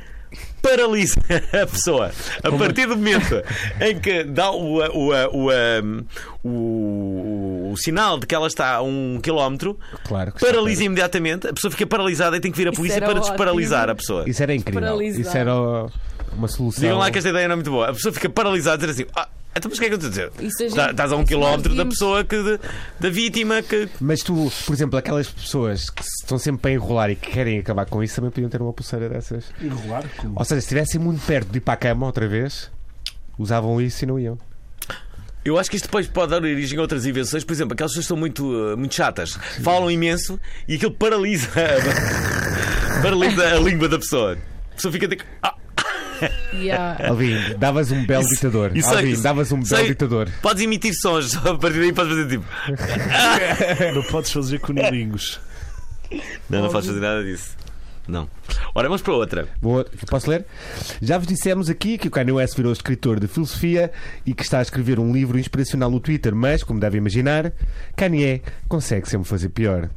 S1: paralisa <laughs> a pessoa. A partir do momento em que dá o, o, o, um, o, o- o sinal de que ela está a um quilómetro,
S2: Claro que sim.
S1: paralisa imediatamente, a pessoa fica paralisada e tem que vir a
S4: Isso
S1: polícia
S4: era
S1: para
S4: ótimo.
S1: desparalisar a pessoa.
S2: é, Isso era incrível.
S4: Paralisar.
S2: Isso era ó, uma solução.
S1: Digam lá que esta ideia não é muito boa. A pessoa fica paralisada a dizer assim: ah, então, mas o que é que eu estou a dizer?
S4: Isso a gente-
S1: Tá- Estás a um
S4: isso
S1: quilómetro
S4: nós
S1: da
S4: vimos.
S1: pessoa que. de- da vítima que.
S2: Mas tu, por exemplo, aquelas pessoas que se estão sempre a enrolar e que querem acabar com isso também podiam ter uma pulseira dessas.
S3: Enrolar como?
S2: Ou seja, se estivessem muito perto de ir para a cama outra vez, usavam isso e não iam.
S1: Eu acho que isto depois pode dar origem a outras invenções. Por exemplo, aquelas pessoas que são muito, eh, muito chatas, falam imenso e aquilo paralisa. paralisa a <laughs> língua da pessoa. A pessoa fica tipo. Ah,
S4: Yeah.
S2: Alvin, davas um belo
S1: Isso-
S2: ditador.
S1: isso- é
S2: Alvin,
S1: isso-
S2: davas um belo
S1: sei-
S2: ditador.
S1: podes emitir sons, <laughs> a partir daí podes fazer tipo.
S3: <laughs> Não podes fazer com niringos.
S1: Não, não podes fazer nada disso. Não. Ora, vamos para outra.
S2: Boa, posso ler? Já vos dissemos aqui que o Kanye West virou escritor de filosofia e que está a escrever um livro inspiracional no Twitter, mas, como devem imaginar, Kanye consegue sempre fazer pior.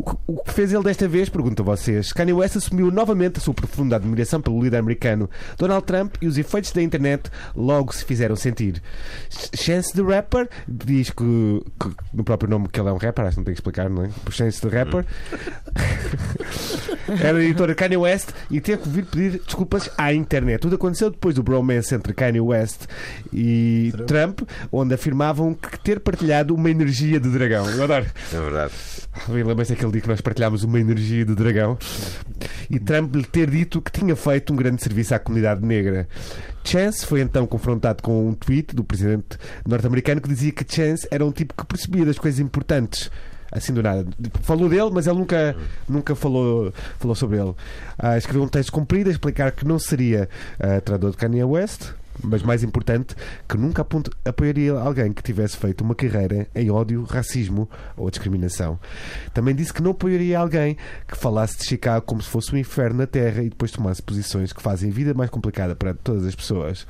S2: O que- O que fez ele desta vez, pergunto a vocês. Kanye West assumiu novamente a sua profunda admiração pelo líder americano Donald Trump e os efeitos da internet logo se fizeram sentir. Ch- Chance the Rapper diz que, que no próprio nome que ele é um rapper, acho que não tem que explicar, não é? Chance the Rapper era editora Kanye West e teve que vir pedir desculpas à internet. Tudo aconteceu depois do bromance entre Kanye West e Trump, onde afirmavam que ter partilhado uma energia de dragão. Eu adoro.
S1: É verdade.
S2: <laughs> Bem, Lembra-se daquele dia que nós partilhámos uma energia de dragão e Trump lhe ter dito que tinha feito um grande serviço à comunidade negra. Chance foi então confrontado com um tweet do presidente norte-americano que dizia que Chance era um tipo que percebia das coisas importantes. Assim do nada. Falou dele, mas ele nunca, nunca falou, falou sobre ele. Ah, escreveu um texto comprido a explicar que não seria ah, tradutor de Kanye West, mas mais importante, que nunca aponte- apoiaria alguém que tivesse feito uma carreira em ódio, racismo ou discriminação. Também disse que não apoiaria alguém que falasse de Chicago como se fosse o inferno na Terra e depois tomasse posições que fazem a vida mais complicada para todas as pessoas.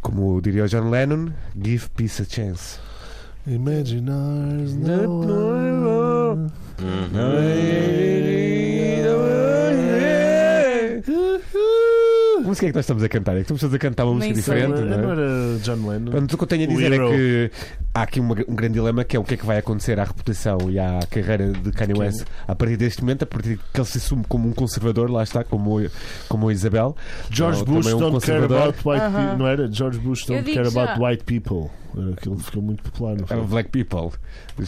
S2: Como diria o John Lennon, give peace a chance.
S3: Imaginars no one.
S2: Que música é que nós estamos a cantar? É que estamos todos a cantar uma
S4: Nem
S2: música
S4: sei.
S2: diferente, não é?
S3: Não era John Lennon.
S2: Portanto, o que eu tenho a
S3: O
S2: dizer
S3: hero.
S2: é que há aqui uma- um grande dilema que é o que é que vai acontecer à reputação e à carreira de Kanye West a partir deste momento, a partir que ele se assume como um conservador, lá está, como o, como o Isabel.
S3: George
S2: Ou
S3: Bush
S2: também um
S3: don't care
S2: conservador.
S3: about white
S4: Aham.
S3: people. Não era? George Bush
S4: Eu
S3: don't
S4: digo
S3: care
S4: já.
S3: about white people. Era Aquilo que ficou muito popular. Não foi?
S2: Era É Black People.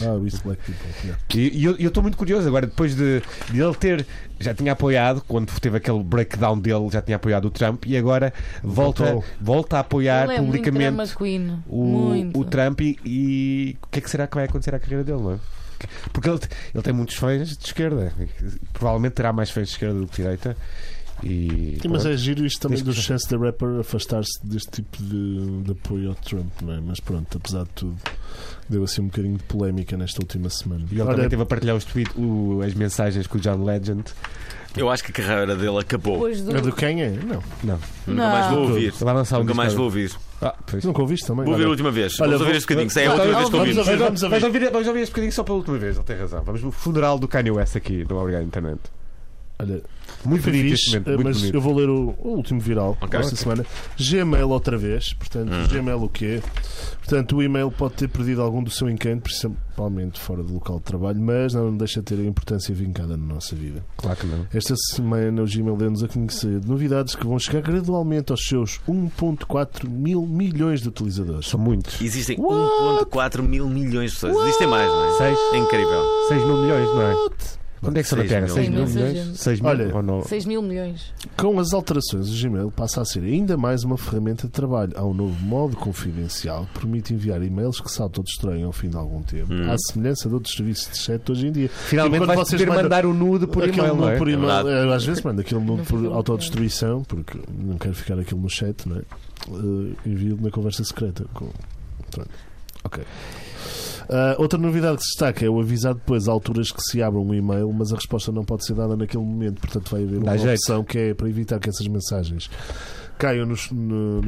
S3: Ah, isso black people. yeah.
S2: E e eu estou muito curioso agora, depois de, de ele ter. Já tinha apoiado, quando teve aquele breakdown dele, já tinha apoiado o Trump e agora volta,
S3: Voltou.
S2: volta a apoiar
S4: Ele é muito drama
S2: publicamente
S4: queen.
S2: o,
S4: muito.
S2: o Trump e, e o que é que será que vai acontecer à carreira dele, não é? Porque ele, ele tem muitos fãs de esquerda, provavelmente terá mais fãs de esquerda do que de direita. E,
S3: Mas
S2: pronto.
S3: é giro isto também
S2: Tens
S3: do
S2: que-
S3: Chance the Rapper afastar-se deste tipo de, de apoio ao Trump, não é? Mas pronto, apesar de tudo, deu assim um bocadinho de polémica nesta última semana.
S2: E ele
S3: Ora,
S2: também esteve a partilhar os tweets, o- as mensagens com o John Legend.
S1: Eu acho que a carreira dele acabou.
S4: Depois do.
S3: é do quem é? Não,
S1: Nunca mais vou
S4: Não.
S1: ouvir.
S2: Vai lançar um
S1: Nunca
S2: disco
S1: mais vou
S2: agora.
S1: ouvir.
S2: Ah, pois.
S3: nunca ouviste também?
S1: Vou ouvir a
S3: Olha,
S1: última vez.
S3: olha,
S1: Vamos ouvir
S3: vou-
S1: este bocadinho. Sim, é a última vez que
S3: vamos
S1: ouvimos.
S3: ouvir,
S2: Vamos
S3: vamos ouvir.
S2: ouvir, vamos ouvir este bocadinho só pela última vez, ele tem razão. Vamos no funeral do Kanye West aqui no Obrigado Internet.
S3: Olha,
S2: Muito
S3: foi
S2: bonito
S3: fixe, eh,
S2: este momento, muito
S3: mas
S2: bonito.
S3: eu vou ler o, o último viral
S1: Ok. Uhum.
S3: desta semana. Gmail outra vez, portanto, Gmail o quê? Portanto, o e-mail pode ter perdido algum do seu encanto, principalmente fora do local de trabalho, mas não deixa de ter a importância vincada na nossa vida.
S2: Claro que não.
S3: Esta semana o Gmail deu-nos a conhecer de novidades que vão chegar gradualmente aos seus 1.4 mil milhões de utilizadores.
S2: São muitos.
S1: Existem
S3: What?
S1: 1.4 mil milhões de pessoas. Existem mais, não é?
S2: Seis.
S1: É incrível.
S2: 6 mil milhões, não é? Quando é que são na
S1: Seis
S2: Terra?
S1: mil.
S2: 6 mil
S4: Imensa
S2: milhões?
S4: gente.
S2: 6 mil
S3: Olha,
S2: ou não?
S4: 6 mil milhões.
S3: Com as alterações, o Gmail passa a ser ainda mais uma ferramenta de trabalho. Há um novo modo confidencial que permite enviar e-mails que saltam ou destroem ao fim de algum tempo,
S1: Hum.
S3: à semelhança de outros serviços de chat hoje em dia.
S2: Finalmente
S3: Quando
S2: vais
S3: vocês
S2: poder
S3: mandam-
S2: mandar o nude por
S3: aquele
S2: e-mail,
S3: nude
S2: não é?
S3: por e-mail,
S1: É
S3: eh, às vezes manda aquele nude
S4: Não
S3: por
S4: fica
S3: autodestruição, porque não quero ficar aquilo no chat, não é? Eh, Envio na conversa secreta. Com... Pronto. Ok. Ah, outra novidade que se destaca é o avisar depois a alturas que se abra um e-mail, mas a resposta não pode ser dada naquele momento, portanto vai haver
S2: Dá
S3: uma
S2: jeito.
S3: opção que é para evitar que essas mensagens caiam nos- no, no,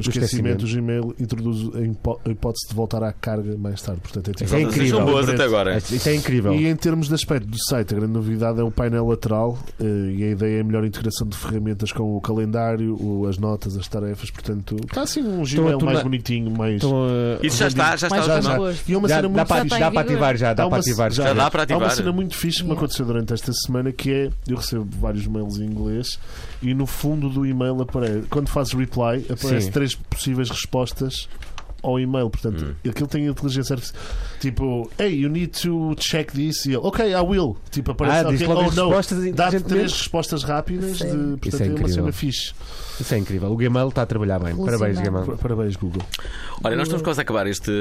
S3: esquecimento,
S2: esquecimento.
S3: o Gmail introduz a hipó- a hipótese de voltar à carga mais tarde. Portanto, é tipo-
S2: Isso é
S1: Vocês
S2: incrível.
S1: são boas até agora.
S2: Isto- Isto é incrível.
S3: e em termos de aspecto do site, a grande novidade é o painel lateral eh, e a ideia é a melhor integração de ferramentas com o calendário, o- as notas, as tarefas. Portanto, está assim um
S2: Estão a
S3: Gmail mais
S2: tornar-
S3: bonitinho, mais.
S2: Então, uh,
S1: Isso já está, já
S4: Mais
S1: está.
S4: um
S1: não?
S4: gosto.
S3: E é uma
S2: já,
S3: cena
S2: dá
S3: muito
S2: para,
S4: fixe.
S2: dá para ativar já, dá
S3: Há
S2: para
S3: uma-
S2: ativar
S3: já
S1: Já dá para
S3: Há uma
S1: ativar.
S3: cena muito fixe que me
S4: Yeah.
S3: aconteceu durante esta semana que é eu recebo vários mails em inglês e no fundo do e-mail aparece, quando fazes reply, aparece
S2: Sim.
S3: três possíveis respostas ao e-mail. Portanto,
S2: Hum.
S3: aquilo tem inteligência artificial. Tipo, hey, you need to check this. E ele, ok, I will. Tipo, aparece,
S2: Ah, diz
S3: ok,
S2: logo
S3: oh
S2: as
S3: no.
S2: respostas
S3: Dá-te
S2: inteligentemente.
S3: três respostas rápidas.
S4: Sim.
S3: De,
S4: Isso
S3: portanto,
S2: é
S3: é, uma
S2: incrível.
S3: cena fixe.
S2: Isso é incrível. O Gmail está a trabalhar bem. Parabéns,
S4: Alucinante.
S2: Gmail.
S3: Parabéns, Google.
S1: Olha, nós estamos quase a acabar este,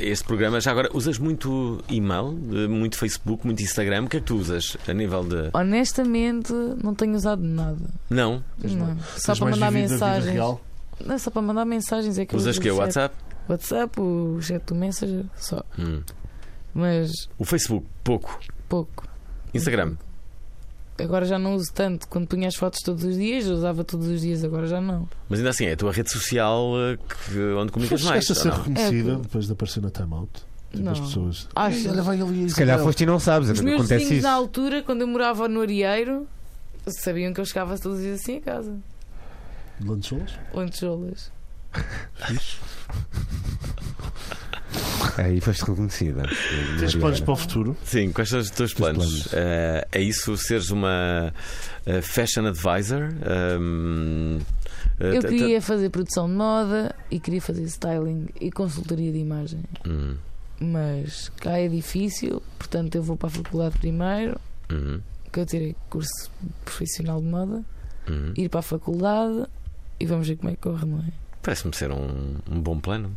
S1: este programa. Já agora, usas muito e-mail, eh, muito Facebook, muito Instagram. O que é que tu usas a nível de.
S4: Honestamente, não tenho usado nada.
S1: Não?
S4: Não. Só
S3: Tens
S4: para
S3: mais vivido
S4: mandar
S3: a vida
S4: mensagens.
S3: real?
S4: Não, só para mandar mensagens é que eu
S1: Usas que? O
S4: uso
S1: WhatsApp?
S4: WhatsApp, o chat do Messenger, só.
S1: Hum.
S4: Mas
S1: O Facebook? Pouco.
S4: pouco.
S1: Instagram?
S4: Agora já não uso tanto. Quando punha as fotos todos os dias, eu usava todos os dias, agora já não.
S1: Mas ainda assim, é a tua rede social eh, que- onde comunicas mais.
S3: Chegaste a
S1: ou
S3: ser
S1: não?
S3: reconhecida
S4: É, porque-
S3: depois de aparecer na timeout. Tipo,
S4: Não.
S3: as pessoas.
S4: Acho.
S3: Olha, vai ali.
S2: Se calhar
S3: Isabel."
S2: foste e não sabes,
S4: Os meus
S2: acontece
S4: vizinhos
S2: isso.
S4: na altura, quando eu morava no Arieiro, sabiam que eu chegava todos os dias assim a casa.
S3: Lancholas?
S4: Ou em tijolas.
S3: Fixe.
S2: <laughs> Aí foste reconhecida.
S3: Tens
S2: Maria.
S3: planos para o futuro?
S1: Sim, quais são os teus planos?
S2: planos.
S1: Eh, é isso, seres uma eh, fashion advisor? Ahm, eh,
S4: Eu
S1: t- t-
S4: queria fazer produção de moda e queria fazer styling e consultoria de imagem.
S1: Hum,
S4: Mas cá é difícil, portanto eu vou para a faculdade primeiro,
S1: hum,
S4: que eu tirei curso profissional de moda,
S1: hum.
S4: ir para a faculdade e vamos ver como é que corre, não é?
S1: Parece-me ser um, um bom plano.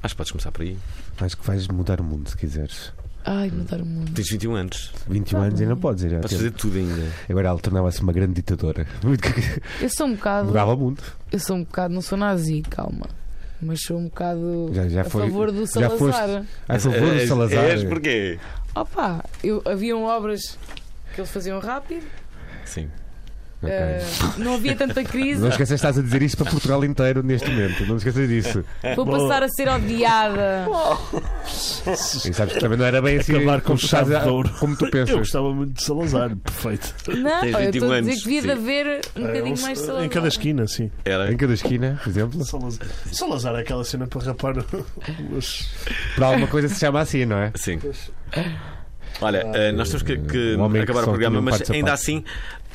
S1: Acho que podes começar por aí.
S2: Acho que vais mudar o mundo se quiseres.
S4: Ai, mudar o mundo.
S1: Tens 21 anos.
S2: 21 anos ainda podes ir. à
S1: Podes
S2: tele.
S1: fazer tudo ainda.
S2: Agora ela tornava-se uma grande ditadora. <laughs> Muito que-
S4: Eu sou um bocado.
S2: Mudava o mundo.
S4: Eu sou um bocado, não sou nazi, calma. Mas sou um bocado
S2: Já, já
S4: a
S2: foi.
S4: favor do
S2: já foste.
S4: Salazar.
S2: A favor do
S1: És-
S2: Salazar.
S1: És porquê?
S4: Opa, eu, haviam obras que eles faziam rápido,
S1: Sim.
S2: Ok.
S1: É.
S4: eh, não havia tanta crise.
S2: Não esqueças que estás a dizer isto para Portugal inteiro neste momento. Não esqueças disso.
S4: Vou passar a ser odiada.
S2: E sabes que também não era bem assim.
S3: Acabar com
S2: como tu estás
S3: chave
S2: a-
S3: de ouro.
S2: Como tu
S3: Eu
S2: pensas.
S3: gostava muito de Salazar, <laughs> perfeito.
S4: Não,
S1: Tens
S4: eu
S1: 21
S4: estou a
S1: anos,
S4: dizer que devia
S1: sim.
S4: de haver um bocadinho
S3: É,
S4: mais
S3: um-
S4: salada.
S3: em cada esquina, sim.
S1: Era.
S2: Em cada esquina, por exemplo.
S3: Salazar. Salazar é aquela cena para rapar <laughs> os.
S2: Por alguma coisa se chama assim, não é?
S1: Sim. Olha,
S4: Ah.
S1: eh, nós temos que, que
S2: Um homem que
S1: acabar
S2: só
S1: o programa,
S2: tinha um par
S1: mas
S2: de
S1: ainda
S2: sapatos.
S1: assim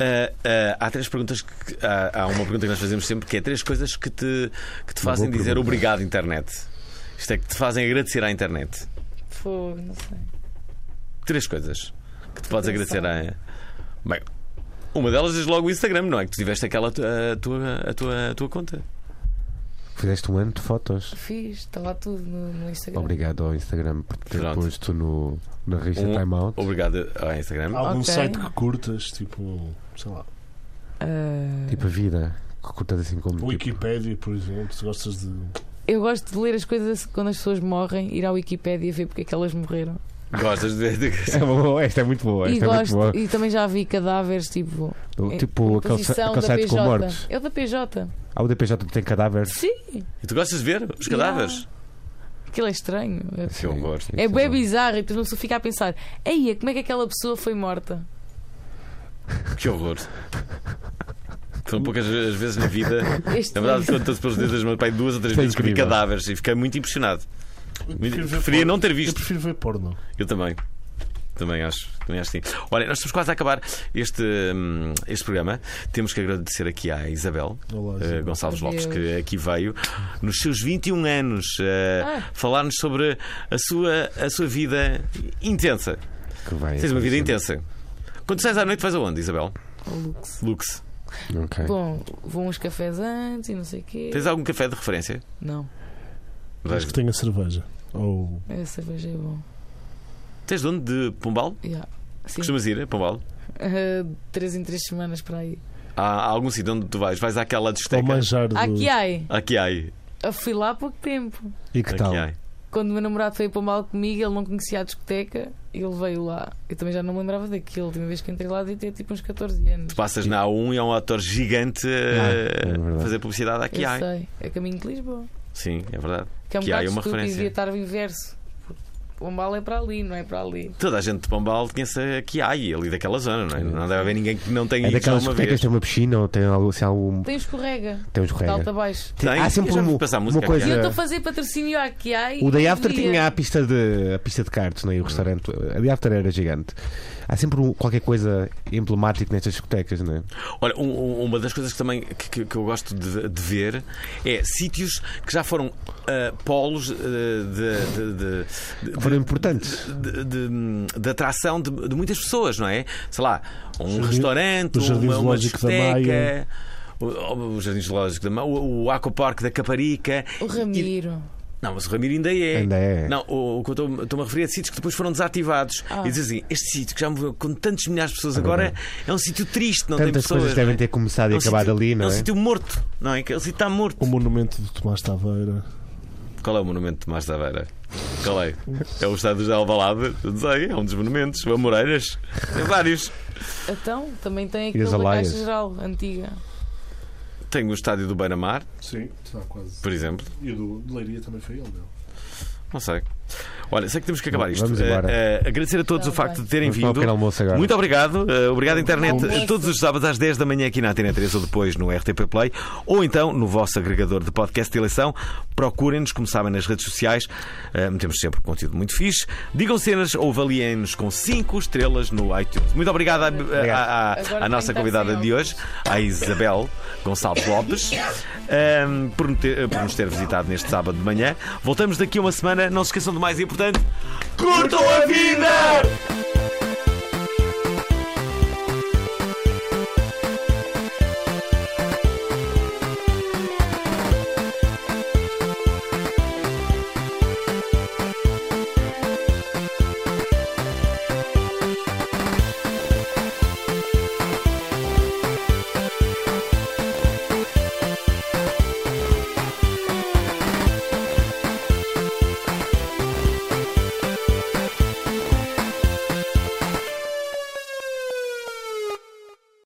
S1: eh, eh, há três perguntas que há, há uma pergunta que nós fazemos sempre que é três coisas que te, que te
S2: Uma
S1: fazem
S2: boa
S1: dizer
S2: pergunta.
S1: obrigado internet. Isto é que te fazem agradecer à internet.
S4: Fogo, não sei.
S1: Três coisas que te podes
S4: Atenção.
S1: agradecer à. Bem, uma delas diz logo o Instagram, não é? Que tu tiveste aquela tu- a tua, a tua, a tua conta.
S2: Fizeste um ano de fotos.
S4: Fiz, está lá tudo no, no Instagram.
S2: Obrigado ao Instagram por ter
S1: Pronto.
S2: posto no, na revista
S1: Um-
S2: Time Out.
S4: Ah.
S1: Obrigado ao Instagram.
S3: Algum
S4: Ok.
S3: site que curtas, tipo, sei lá.
S4: ah,
S2: Tipo a vida, que curtas assim como. tipo,
S3: Wikipédia, por exemplo, se gostas de.
S4: eu gosto de ler as coisas quando as pessoas morrem, ir à Wikipédia e ver porque é que elas morreram.
S1: Gostas de. de-
S2: É boa, esta é muito boa.
S4: e
S2: Esta é muito
S4: gosto,
S2: boa.
S4: e também já vi cadáveres tipo. em-
S2: Tipo,
S4: em
S2: aquele, sa-
S4: posição
S2: aquele
S4: da
S2: site com
S4: PJ.
S2: mortos.
S4: É o da PJ.
S2: Ah, o DPJ tem cadáveres.
S4: Sim,
S1: <laughs> E tu gostas de ver os cadáveres?
S4: aquilo é estranho.
S2: assim,
S1: Sim, eu gosto.
S4: É bem bizarro e depois uma pessoa fica a pensar: Eia, como é que aquela pessoa foi morta?
S1: Que horror. São poucas as vezes na vida.
S4: Este
S2: É
S1: Na
S4: tipo
S1: verdade, conta-se pelos dedos das mãos, pai, duas ou três
S2: Isso é
S1: vezes que vi
S2: incrível.
S1: cadáveres e fiquei muito impressionado.
S3: Eu
S1: Muito-
S3: prefiro ver
S1: Preferia
S3: porno.
S1: não ter
S3: Eu
S1: visto.
S3: prefiro ver porno.
S1: Eu também. Também acho, também acho sim. Olha, nós estamos quase a acabar este, hum, este programa. Temos que agradecer aqui à Isabel
S3: Olá,
S1: eh,
S3: Isabel.
S1: Gonçalves
S4: Meu
S1: Lopes,
S4: Deus.
S1: que aqui veio nos seus 21 anos eh,
S4: Ah.
S1: falar-nos sobre a sua, a sua vida intensa.
S2: Que vai,
S1: Tens uma vida intensa. Quando sais à noite, vais aonde, Isabel?
S4: Ao luxo.
S1: Lux.
S2: Ok.
S4: Bom, vou uns cafés antes e não sei o quê.
S1: Tens algum café de referência?
S4: Não,
S3: Acho que tenho a cerveja. Ou.
S4: a cerveja é bom.
S1: Tens de onde? De Pombal?
S4: Yeah. Sim.
S1: Costumas ir a Pombal?
S4: Ah, três em três semanas para aí.
S1: Há, há algum sítio onde tu vais? Vais àquela
S3: Ou
S1: discoteca?
S3: manjar de.
S4: Aqui ai,
S1: Aqui ai.
S4: eu fui lá há pouco tempo.
S2: E que tal?
S1: Aqui ai.
S4: Quando o meu namorado foi para mal comigo, ele não conhecia a discoteca e ele veio lá. Eu também já não me lembrava daquilo. A última vez que entrei lá devia ter tipo uns 14 anos.
S1: Tu passas na A1 e há um ator gigante
S2: é
S1: a
S2: verdade.
S1: fazer publicidade à
S4: Eu
S1: Kiai.
S4: sei, é caminho de Lisboa.
S1: Sim, é verdade.
S4: Que é um
S1: Que há aí
S4: bocado
S1: uma
S4: estúpido,
S1: referência.
S4: devia estar o inverso. O mal é para ali, não é para ali.
S1: Toda a gente de Pombal conhece a Kiai, ali daquela zona, não é?
S2: É.
S1: Não deve haver ninguém que não tenha
S2: É
S1: ido já
S2: daquelas
S1: uma
S2: discotecas que
S1: vez.
S2: tem uma piscina ou tem algo, se há um.
S4: Tem um escorrega,
S2: Tem uns
S4: de
S2: correga.
S4: alta a baixo.
S1: Tem.
S2: Há sempre
S1: Eu já
S2: um-
S1: vos passo a
S2: uma
S1: música,
S2: coisa-
S4: E eu
S1: Kiai.
S4: estou a fazer patrocínio à Kiai.
S2: O Day After
S4: um Dia.
S2: tinha a pista de a pista de cartas,
S1: Hum.
S2: né? E o restaurante. A Day After era gigante. Há sempre um- qualquer coisa emblemática nestas discotecas, não é?
S1: Olha, um- um- uma das coisas que também que, que- que eu gosto de, de ver é sítios que já foram ah, polos ah, de- de- de- de-
S2: Foram importantes.
S1: de, de- de atração de, de muitas pessoas, não é? Sei lá, um restaurante,
S3: o Jardim
S1: uma, uma
S3: Zoológico da
S1: discoteca.
S3: Maia.
S1: O, o Jardim Zoológico da Maia, o, o Aquapark da Caparica.
S4: O Ramiro.
S1: Não, mas o Ramiro ainda é.
S2: Ainda é.
S1: Não, o, o que eu estou- estou-me a referir é de sítios que depois foram desativados.
S4: Ah.
S1: E diz assim: este sítio que já moveu com tantos milhares de pessoas agora é um sítio triste, não tem
S2: Tantas
S1: pessoas.
S2: coisas devem ter
S1: não
S2: começado
S1: é?
S2: e
S1: É um
S2: acabado
S1: sítio-
S2: ali, não
S1: É um
S2: é?
S1: sítio morto, não é? Aquele sítio está morto.
S3: O monumento de Tomás Taveira.
S1: Qual é o monumento de Tomás Taveira? Qual é? É o estádio de Alvalade? Não sei, é um dos monumentos. O Amoreiras? Tem vários.
S4: Então, também tem
S2: E as
S4: aquele da Caixa
S2: Alaias?
S4: Geral, antiga.
S1: Tem o estádio do Beira-Mar,
S3: Sim, está quase.
S1: por exemplo.
S3: E o do de Leiria também foi ele, não? é?
S1: Não sei. Olha, sei que temos que acabar isto.
S2: Vamos embora.
S1: Eh, eh, agradecer a todos
S4: Tá
S1: o facto
S4: bem.
S1: de terem
S2: Vamos tomar um
S1: vindo.
S2: pequeno almoço agora.
S1: Muito obrigado. Eh, obrigado, internet.
S4: almoço.
S1: Todos os sábados às 10 da manhã aqui na Antena 3 ou depois no RTP Play ou então no vosso agregador de podcast de eleição. Procurem-nos, como sabem, nas redes sociais. Eh, metemos sempre conteúdo muito fixe. Digam cenas ou avaliem-nos com 5 estrelas no iTunes. Muito obrigado à, à- à-
S4: Agora
S1: à nossa
S4: tem que
S1: convidada
S4: estar sem
S1: de hoje, à Isabel Gonçalves Lopes, ehm, por, me ter- por nos ter visitado neste sábado de manhã. Voltamos daqui a uma semana. Não se esqueçam do mais importante: curtam a vida!